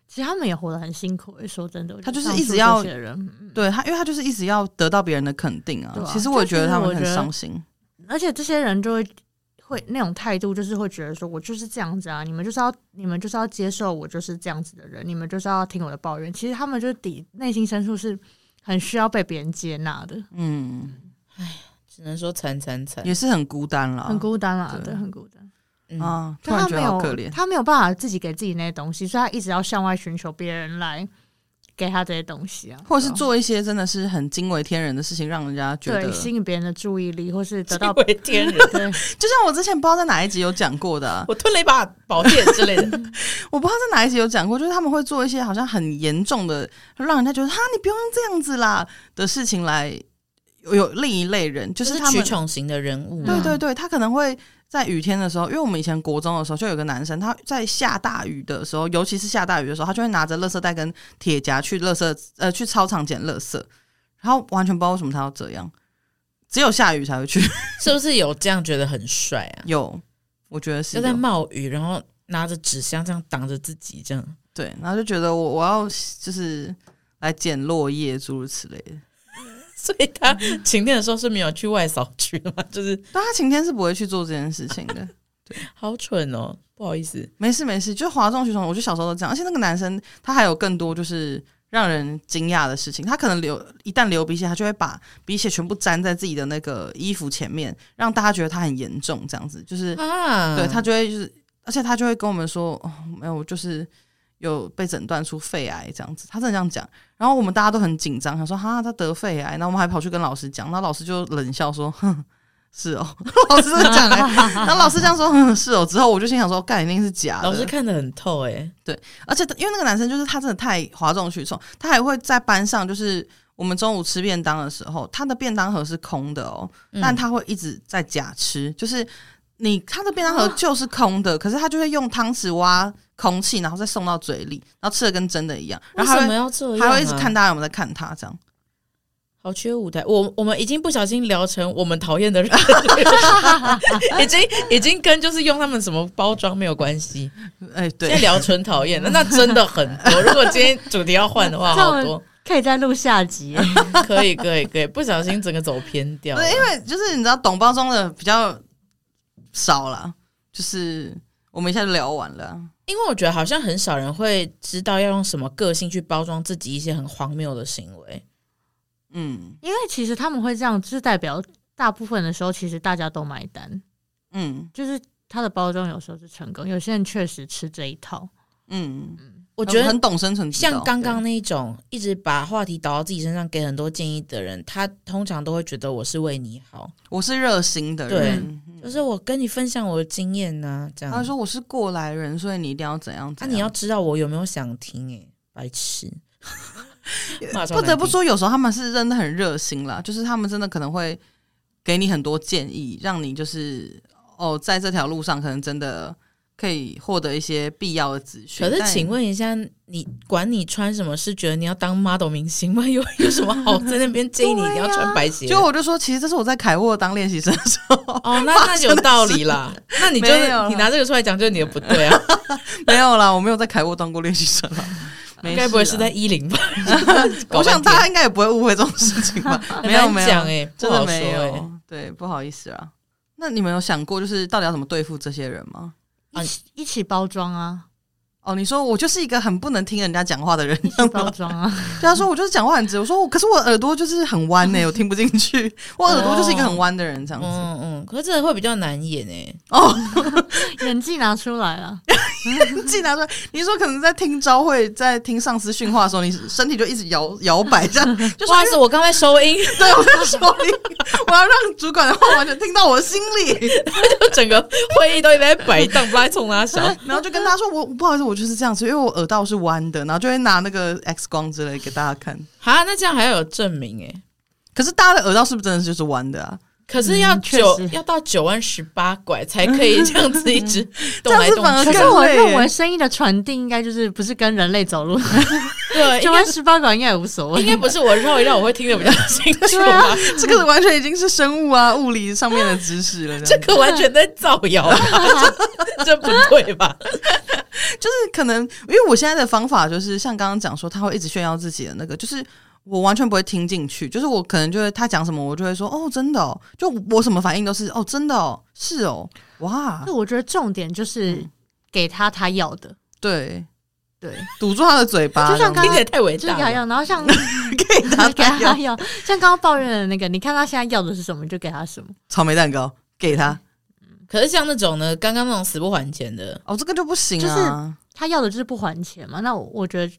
[SPEAKER 3] 其实他们也活得很辛苦、欸。说真的，我觉
[SPEAKER 1] 他
[SPEAKER 3] 得
[SPEAKER 1] 就是
[SPEAKER 3] 上
[SPEAKER 1] 一
[SPEAKER 3] 述
[SPEAKER 1] 直要
[SPEAKER 3] 这些人，嗯
[SPEAKER 1] 对他，因为他就是一直要得到别人的肯定啊。
[SPEAKER 3] 对啊
[SPEAKER 1] 其实我也觉得他们
[SPEAKER 3] 就
[SPEAKER 1] 很
[SPEAKER 3] 是我觉得
[SPEAKER 1] 伤心。
[SPEAKER 3] 而且这些人就会会那种态度，就是会觉得说我就是这样子啊，你们就是要你们就是要接受我就是这样子的人，你们就是要听我的抱怨。其实他们就是底内心深处是很需要被别人接纳的，
[SPEAKER 1] 嗯，
[SPEAKER 2] 只能说惨惨惨
[SPEAKER 1] 也是很孤单啦，
[SPEAKER 3] 很孤单啊，
[SPEAKER 1] 对
[SPEAKER 3] 对，很孤单。
[SPEAKER 2] 嗯，
[SPEAKER 1] 啊，突
[SPEAKER 3] 就
[SPEAKER 1] 然
[SPEAKER 3] 他
[SPEAKER 1] 觉
[SPEAKER 3] 没
[SPEAKER 1] 得好
[SPEAKER 3] 有
[SPEAKER 1] 可怜。
[SPEAKER 3] 他没有办法自己给自己那些东西，所以他一直要向外寻求别人来给他这些东西啊，
[SPEAKER 1] 或者是
[SPEAKER 3] 对啊
[SPEAKER 1] 做一些真的是很惊为天人的事情，让人家觉得
[SPEAKER 3] 对吸引别人的注意力，或是
[SPEAKER 2] 惊
[SPEAKER 3] 得到
[SPEAKER 2] 为天 人，
[SPEAKER 3] 对
[SPEAKER 1] 就像我之前不知道在哪一集有讲过的啊、
[SPEAKER 2] 我吞了一把宝剑之类 的，
[SPEAKER 1] 我不知道在哪一集有讲过，就是他们会做一些好像很严重的，让人家觉得哈，你不用这样子啦的事情来有有另一类人，就
[SPEAKER 2] 就是是
[SPEAKER 1] 他
[SPEAKER 2] 取
[SPEAKER 1] 们
[SPEAKER 2] 宠型的人
[SPEAKER 1] 嗯
[SPEAKER 2] 物啊
[SPEAKER 1] 对啊
[SPEAKER 2] 嘛，
[SPEAKER 1] 对对，他可能会在雨天的时候，因为我们以前国中的时候就有个男生，他在下大雨的时候，尤其是下大雨的时候，他就会拿着垃圾袋跟铁夹去垃圾呃去操场捡垃圾，然后完全不知道为什么他要这样，只有下雨才会去。
[SPEAKER 2] 是不是有这样觉得很帅啊？
[SPEAKER 1] 有，我觉得是
[SPEAKER 2] 就在
[SPEAKER 1] 有
[SPEAKER 2] 冒雨，然后拿着纸箱这样挡着自己，这样
[SPEAKER 1] 对，然后就觉得我我要就是来捡落叶诸如此类的。
[SPEAKER 2] 所以他晴天的时候是没有去外扫区的嘛， 就是
[SPEAKER 1] 但他晴天是不会去做这件事情的。
[SPEAKER 2] 好蠢哦，不好意思，
[SPEAKER 1] 没事没事，就哗众取宠，我就小时候都这样。而且那个男生他还有更多就是让人惊讶的事情，他可能流一旦流鼻血，他就会把鼻血全部粘在自己的那个衣服前面，让大家觉得他很严重，这样子就是、
[SPEAKER 2] 啊，
[SPEAKER 1] 对他就会就是，而且他就会跟我们说，哦，没有，我就是。有被诊断出肺癌这样子，他真的这样讲，然后我们大家都很紧张，想说哈他得肺癌，然后我们还跑去跟老师讲，那老师就冷笑说， 哼，是哦， 老师真的讲、欸，然后老师这样说，哼，是哦，之后我就心想说，干一定是假的，
[SPEAKER 2] 老师看得很透哎、
[SPEAKER 1] 而且因为那个男生就是他真的太哗众取宠，他还会在班上就是我们中午吃便当的时候，他的便当盒是空的哦，
[SPEAKER 2] 嗯
[SPEAKER 1] 但他会一直在假吃，就是你他的便当盒就是空的，可是他就会用汤匙挖空气，然后再送到嘴里，然后吃的跟真的一样，然
[SPEAKER 2] 为
[SPEAKER 1] 后还
[SPEAKER 2] 什么
[SPEAKER 1] 会
[SPEAKER 2] 要这样、啊？
[SPEAKER 1] 还会一直看，大家有没有在看他这样。
[SPEAKER 2] 好缺舞台。我我们已经不小心聊成我们讨厌的人， 已经已经跟就是用他们什么包装没有关系，
[SPEAKER 1] 哎，
[SPEAKER 2] 现在
[SPEAKER 1] 对，
[SPEAKER 2] 聊纯讨厌的，那真的很多。如果今天主题要换 的话，
[SPEAKER 3] 这样
[SPEAKER 2] 好多
[SPEAKER 3] 可以再录下集、欸
[SPEAKER 2] 可以可以可以，不小心整个走偏掉了。
[SPEAKER 1] 对，因为就是你知道懂包装的比较少啦，就是我们一下就聊完了啊。
[SPEAKER 2] 因为我觉得好像很少人会知道要用什么个性去包装自己一些很荒谬的行为。
[SPEAKER 1] 嗯
[SPEAKER 3] 因为其实他们会这样，就是代表大部分的时候，其实大家都买单，
[SPEAKER 1] 嗯
[SPEAKER 3] 就是它的包装有时候是成功，有些人确实吃这一套，
[SPEAKER 1] 嗯，
[SPEAKER 2] 我觉得
[SPEAKER 1] 很懂生存之道，
[SPEAKER 2] 像刚
[SPEAKER 1] 对
[SPEAKER 2] 刚那一种一直把话题导到自己身上，给很多建议的人，他通常都会觉得我是为你好，
[SPEAKER 1] 我是热心的人，
[SPEAKER 2] 就
[SPEAKER 1] 嗯
[SPEAKER 2] 是我跟你分享我的经验呐、这样。
[SPEAKER 1] 他说我是过来人，所以你一定要怎样
[SPEAKER 2] 啊，
[SPEAKER 1] 怎样。
[SPEAKER 2] 你要知道我有没有想听、欸？白 痴， 骂超
[SPEAKER 1] 不得不
[SPEAKER 2] 难听，
[SPEAKER 1] 说，有时候他们是真的很热心啦，就是他们真的可能会给你很多建议，让你就是哦，在这条路上可能真的可以获得一些必要的资讯。
[SPEAKER 2] 可是
[SPEAKER 1] 但
[SPEAKER 2] 请问一下，你管你穿什么是觉得你要当 model 明星吗？ 有有什么好在那边建议你一定要穿白鞋？
[SPEAKER 1] 就我就说，其实这是我在凯沃当练习生的 时候，
[SPEAKER 2] 哦，那那有道理啦。那你就
[SPEAKER 1] 没
[SPEAKER 2] 是
[SPEAKER 1] 有啦
[SPEAKER 2] 你拿这个出来讲，就是你的不对 啊。
[SPEAKER 1] 没有啦，我没有在凯沃当过练习生 啦。没事啦
[SPEAKER 2] 该不会是在一零吧？
[SPEAKER 1] 我想大家
[SPEAKER 2] 他
[SPEAKER 1] 应该也不会误会这种事情 吧？没有没有，
[SPEAKER 2] 讲哎，
[SPEAKER 1] 真
[SPEAKER 2] 不
[SPEAKER 1] 的
[SPEAKER 2] 好
[SPEAKER 1] 没
[SPEAKER 2] 说
[SPEAKER 1] 有，
[SPEAKER 2] 欸。
[SPEAKER 1] 对，不好意思啊。那你们有想过，就是到底要怎么对付这些人吗？
[SPEAKER 2] 啊
[SPEAKER 3] 一起一起包装啊，
[SPEAKER 1] 哦，你说我就是一个很不能听人家讲话的人，
[SPEAKER 3] 去包装啊，
[SPEAKER 1] 对他说我就是讲话很直，我说我可是我耳朵就是很弯欸呢、我听不进去，我耳朵就是一个
[SPEAKER 2] 哦
[SPEAKER 1] 很弯的人这样子。
[SPEAKER 2] 嗯嗯，可是这个会比较难演欸诶、
[SPEAKER 3] 演技拿出来啊了，
[SPEAKER 2] 嗯
[SPEAKER 1] 既然说你说可能在听招会，在听上司训话的时候，你身体就一直摇摇摆这 样，就
[SPEAKER 2] 不
[SPEAKER 1] 是
[SPEAKER 2] 好意思，我刚才收音，
[SPEAKER 1] 对我在说你，我要让主管的话完全听到我心里，
[SPEAKER 2] 就整个会议都一直在摆荡，不知道在冲他笑。
[SPEAKER 1] 然后就跟他说我不好意思，我就是这样子，因为我耳道是弯的，然后就会拿那个 X 光之类给大家看。
[SPEAKER 2] 哈，那这样还要有证明诶、
[SPEAKER 1] 可是大家的耳道是不是真的就是弯的 啊？
[SPEAKER 2] 可是要
[SPEAKER 3] 嗯确
[SPEAKER 2] 九、
[SPEAKER 3] 实
[SPEAKER 2] 要到九万十八拐才可以 这样子一直动来
[SPEAKER 1] 这样子
[SPEAKER 2] 动
[SPEAKER 1] 反而
[SPEAKER 3] 可
[SPEAKER 2] 去
[SPEAKER 3] 是
[SPEAKER 1] 更，
[SPEAKER 3] 我
[SPEAKER 1] 累耶
[SPEAKER 3] 认为声音的传递应该就是不是跟人类走 路，
[SPEAKER 2] 对，应
[SPEAKER 3] 九
[SPEAKER 2] 该
[SPEAKER 3] 弯十八拐应该也无所
[SPEAKER 2] 应
[SPEAKER 3] 谓。
[SPEAKER 2] 该不是我绕一绕，我会听得比较清楚
[SPEAKER 3] 对
[SPEAKER 2] 吧
[SPEAKER 3] 啊？
[SPEAKER 1] 这个完全已经是生物啊、物理上面的知识 了。这
[SPEAKER 2] 这
[SPEAKER 1] 样
[SPEAKER 2] 个完全在造谣吧，这这不对吧？
[SPEAKER 1] 就是可能，因为我现在的方法就是像刚刚讲说，他会一直炫耀自己的那个，就是我完全不会听进去，就是我可能就会他讲什么，我就会说哦，真的哦，就我什么反应都是哦，真的哦，是哦，哇
[SPEAKER 3] 那，我觉得重点就是给他他要的，
[SPEAKER 1] 对，
[SPEAKER 3] 对，
[SPEAKER 1] 堵住他的嘴巴，
[SPEAKER 3] 就像刚
[SPEAKER 1] 这
[SPEAKER 2] 听
[SPEAKER 1] 样
[SPEAKER 2] 起来太伟
[SPEAKER 3] 就是
[SPEAKER 2] 大
[SPEAKER 3] 给他
[SPEAKER 2] 了。
[SPEAKER 3] 啊要。然后像
[SPEAKER 1] 子可以打
[SPEAKER 3] 给
[SPEAKER 1] 他
[SPEAKER 3] 他要， 像刚刚抱怨的那个，你看他现在要的是什么，你就给他什么。
[SPEAKER 1] 草莓蛋糕给
[SPEAKER 3] 嗯
[SPEAKER 1] 他，
[SPEAKER 2] 可是像那种呢，刚刚那种死不还钱的，
[SPEAKER 1] 哦，这个就不行
[SPEAKER 3] 就是
[SPEAKER 1] 啊，
[SPEAKER 3] 他要的就是不还钱嘛。那我我觉得，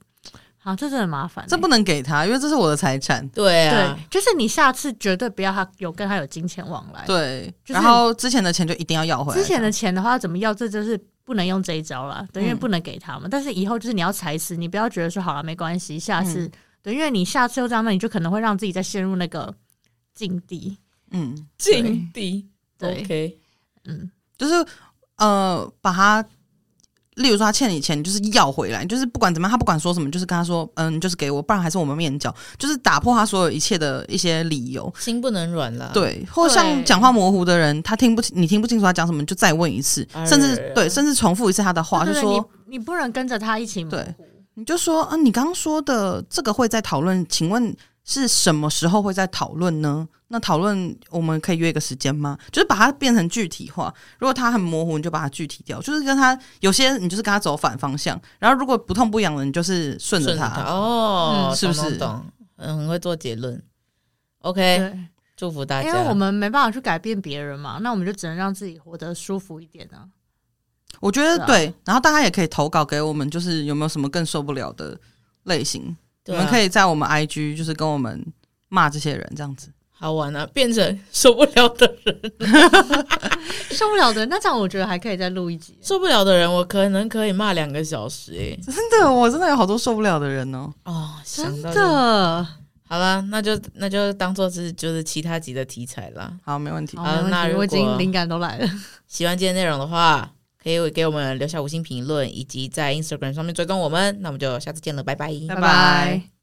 [SPEAKER 3] 啊，这真的麻烦欸、
[SPEAKER 1] 这不能给他，因为这是我的财产。
[SPEAKER 2] 对啊
[SPEAKER 3] 对，，就是你下次绝对不要他有跟他有金钱往来。
[SPEAKER 1] 对，
[SPEAKER 3] 就是
[SPEAKER 1] 然后之前的钱就一定要要回来。
[SPEAKER 3] 之前的钱的话，怎么要，这就是不能用这一招啦，对，因为
[SPEAKER 1] 嗯
[SPEAKER 3] 不能给他嘛。但是以后就是你要踩死，你不要觉得说好了没关系，下次、
[SPEAKER 1] 嗯
[SPEAKER 3] 对，因为你下次又这样，那你就可能会让自己再陷入那个境地。
[SPEAKER 1] 嗯，
[SPEAKER 2] 境地。
[SPEAKER 3] 对
[SPEAKER 2] OK，
[SPEAKER 3] 嗯，
[SPEAKER 1] 就是呃，把他，例如说他欠你钱，你就是要回来，就是不管怎么样，他不管说什么，你就是跟他说，嗯，你就是给我，不然还是我们面交，就是打破他所有一切的一些理由。
[SPEAKER 2] 心不能软啦。，
[SPEAKER 1] 对，或像
[SPEAKER 3] 对
[SPEAKER 1] 讲话模糊的人，他听不清，你听不清楚他讲什么，你就再问一次，
[SPEAKER 2] 哎
[SPEAKER 1] 甚至对，甚至重复一次他的话，
[SPEAKER 3] 对
[SPEAKER 1] 就
[SPEAKER 3] 对
[SPEAKER 1] 说
[SPEAKER 3] 你你不能跟着他一起模
[SPEAKER 1] 对
[SPEAKER 3] 糊。
[SPEAKER 1] 你就说，啊，你刚刚说的这个会在讨论，请问是什么时候会在讨论呢？那讨论我们可以约一个时间吗？就是把它变成具体化。如果它很模糊，你就把它具体掉。就是跟他有些你就是跟他走反方向，然后如果不痛不痒的，你就是顺着
[SPEAKER 2] 顺着
[SPEAKER 1] 他。
[SPEAKER 2] 他哦，
[SPEAKER 1] 嗯是不
[SPEAKER 2] 懂
[SPEAKER 1] 是
[SPEAKER 2] 懂懂，嗯，很会做结论。
[SPEAKER 1] 哎
[SPEAKER 3] 对
[SPEAKER 2] OK，祝福大家。
[SPEAKER 3] 因为我们没办法去改变别人嘛，那我们就只能让自己活得舒服一点啊。
[SPEAKER 1] 我觉得
[SPEAKER 3] 是啊
[SPEAKER 1] 对，然后大家也可以投稿给我们，就是有没有什么更受不了的类型？
[SPEAKER 2] 对
[SPEAKER 1] 你
[SPEAKER 2] 啊
[SPEAKER 1] 们可以在我们 IG 就是跟我们骂这些人这样子。
[SPEAKER 2] 好玩啊，变成受不了的人，
[SPEAKER 3] 受不了的，那这样我觉得还可以再录一集。
[SPEAKER 2] 受不了的人，我可能可以骂两个小时诶、
[SPEAKER 1] 真的，我真的有好多受不了的人哦。
[SPEAKER 2] 哦，想
[SPEAKER 3] 真
[SPEAKER 2] 到就
[SPEAKER 3] 的，
[SPEAKER 2] 好啦，那就那就当做是就是其他集的题材啦。
[SPEAKER 1] 好，没问题。
[SPEAKER 3] 好，
[SPEAKER 2] 好
[SPEAKER 3] 没问
[SPEAKER 2] 那
[SPEAKER 3] 题
[SPEAKER 2] 如
[SPEAKER 3] 我已
[SPEAKER 2] 果
[SPEAKER 3] 经灵感都来了。
[SPEAKER 2] 喜欢今天内容的话，可以给我们留下五星评论，以及在 Instagram 上面追踪我们。那我们就下次见了，拜拜。
[SPEAKER 1] 拜拜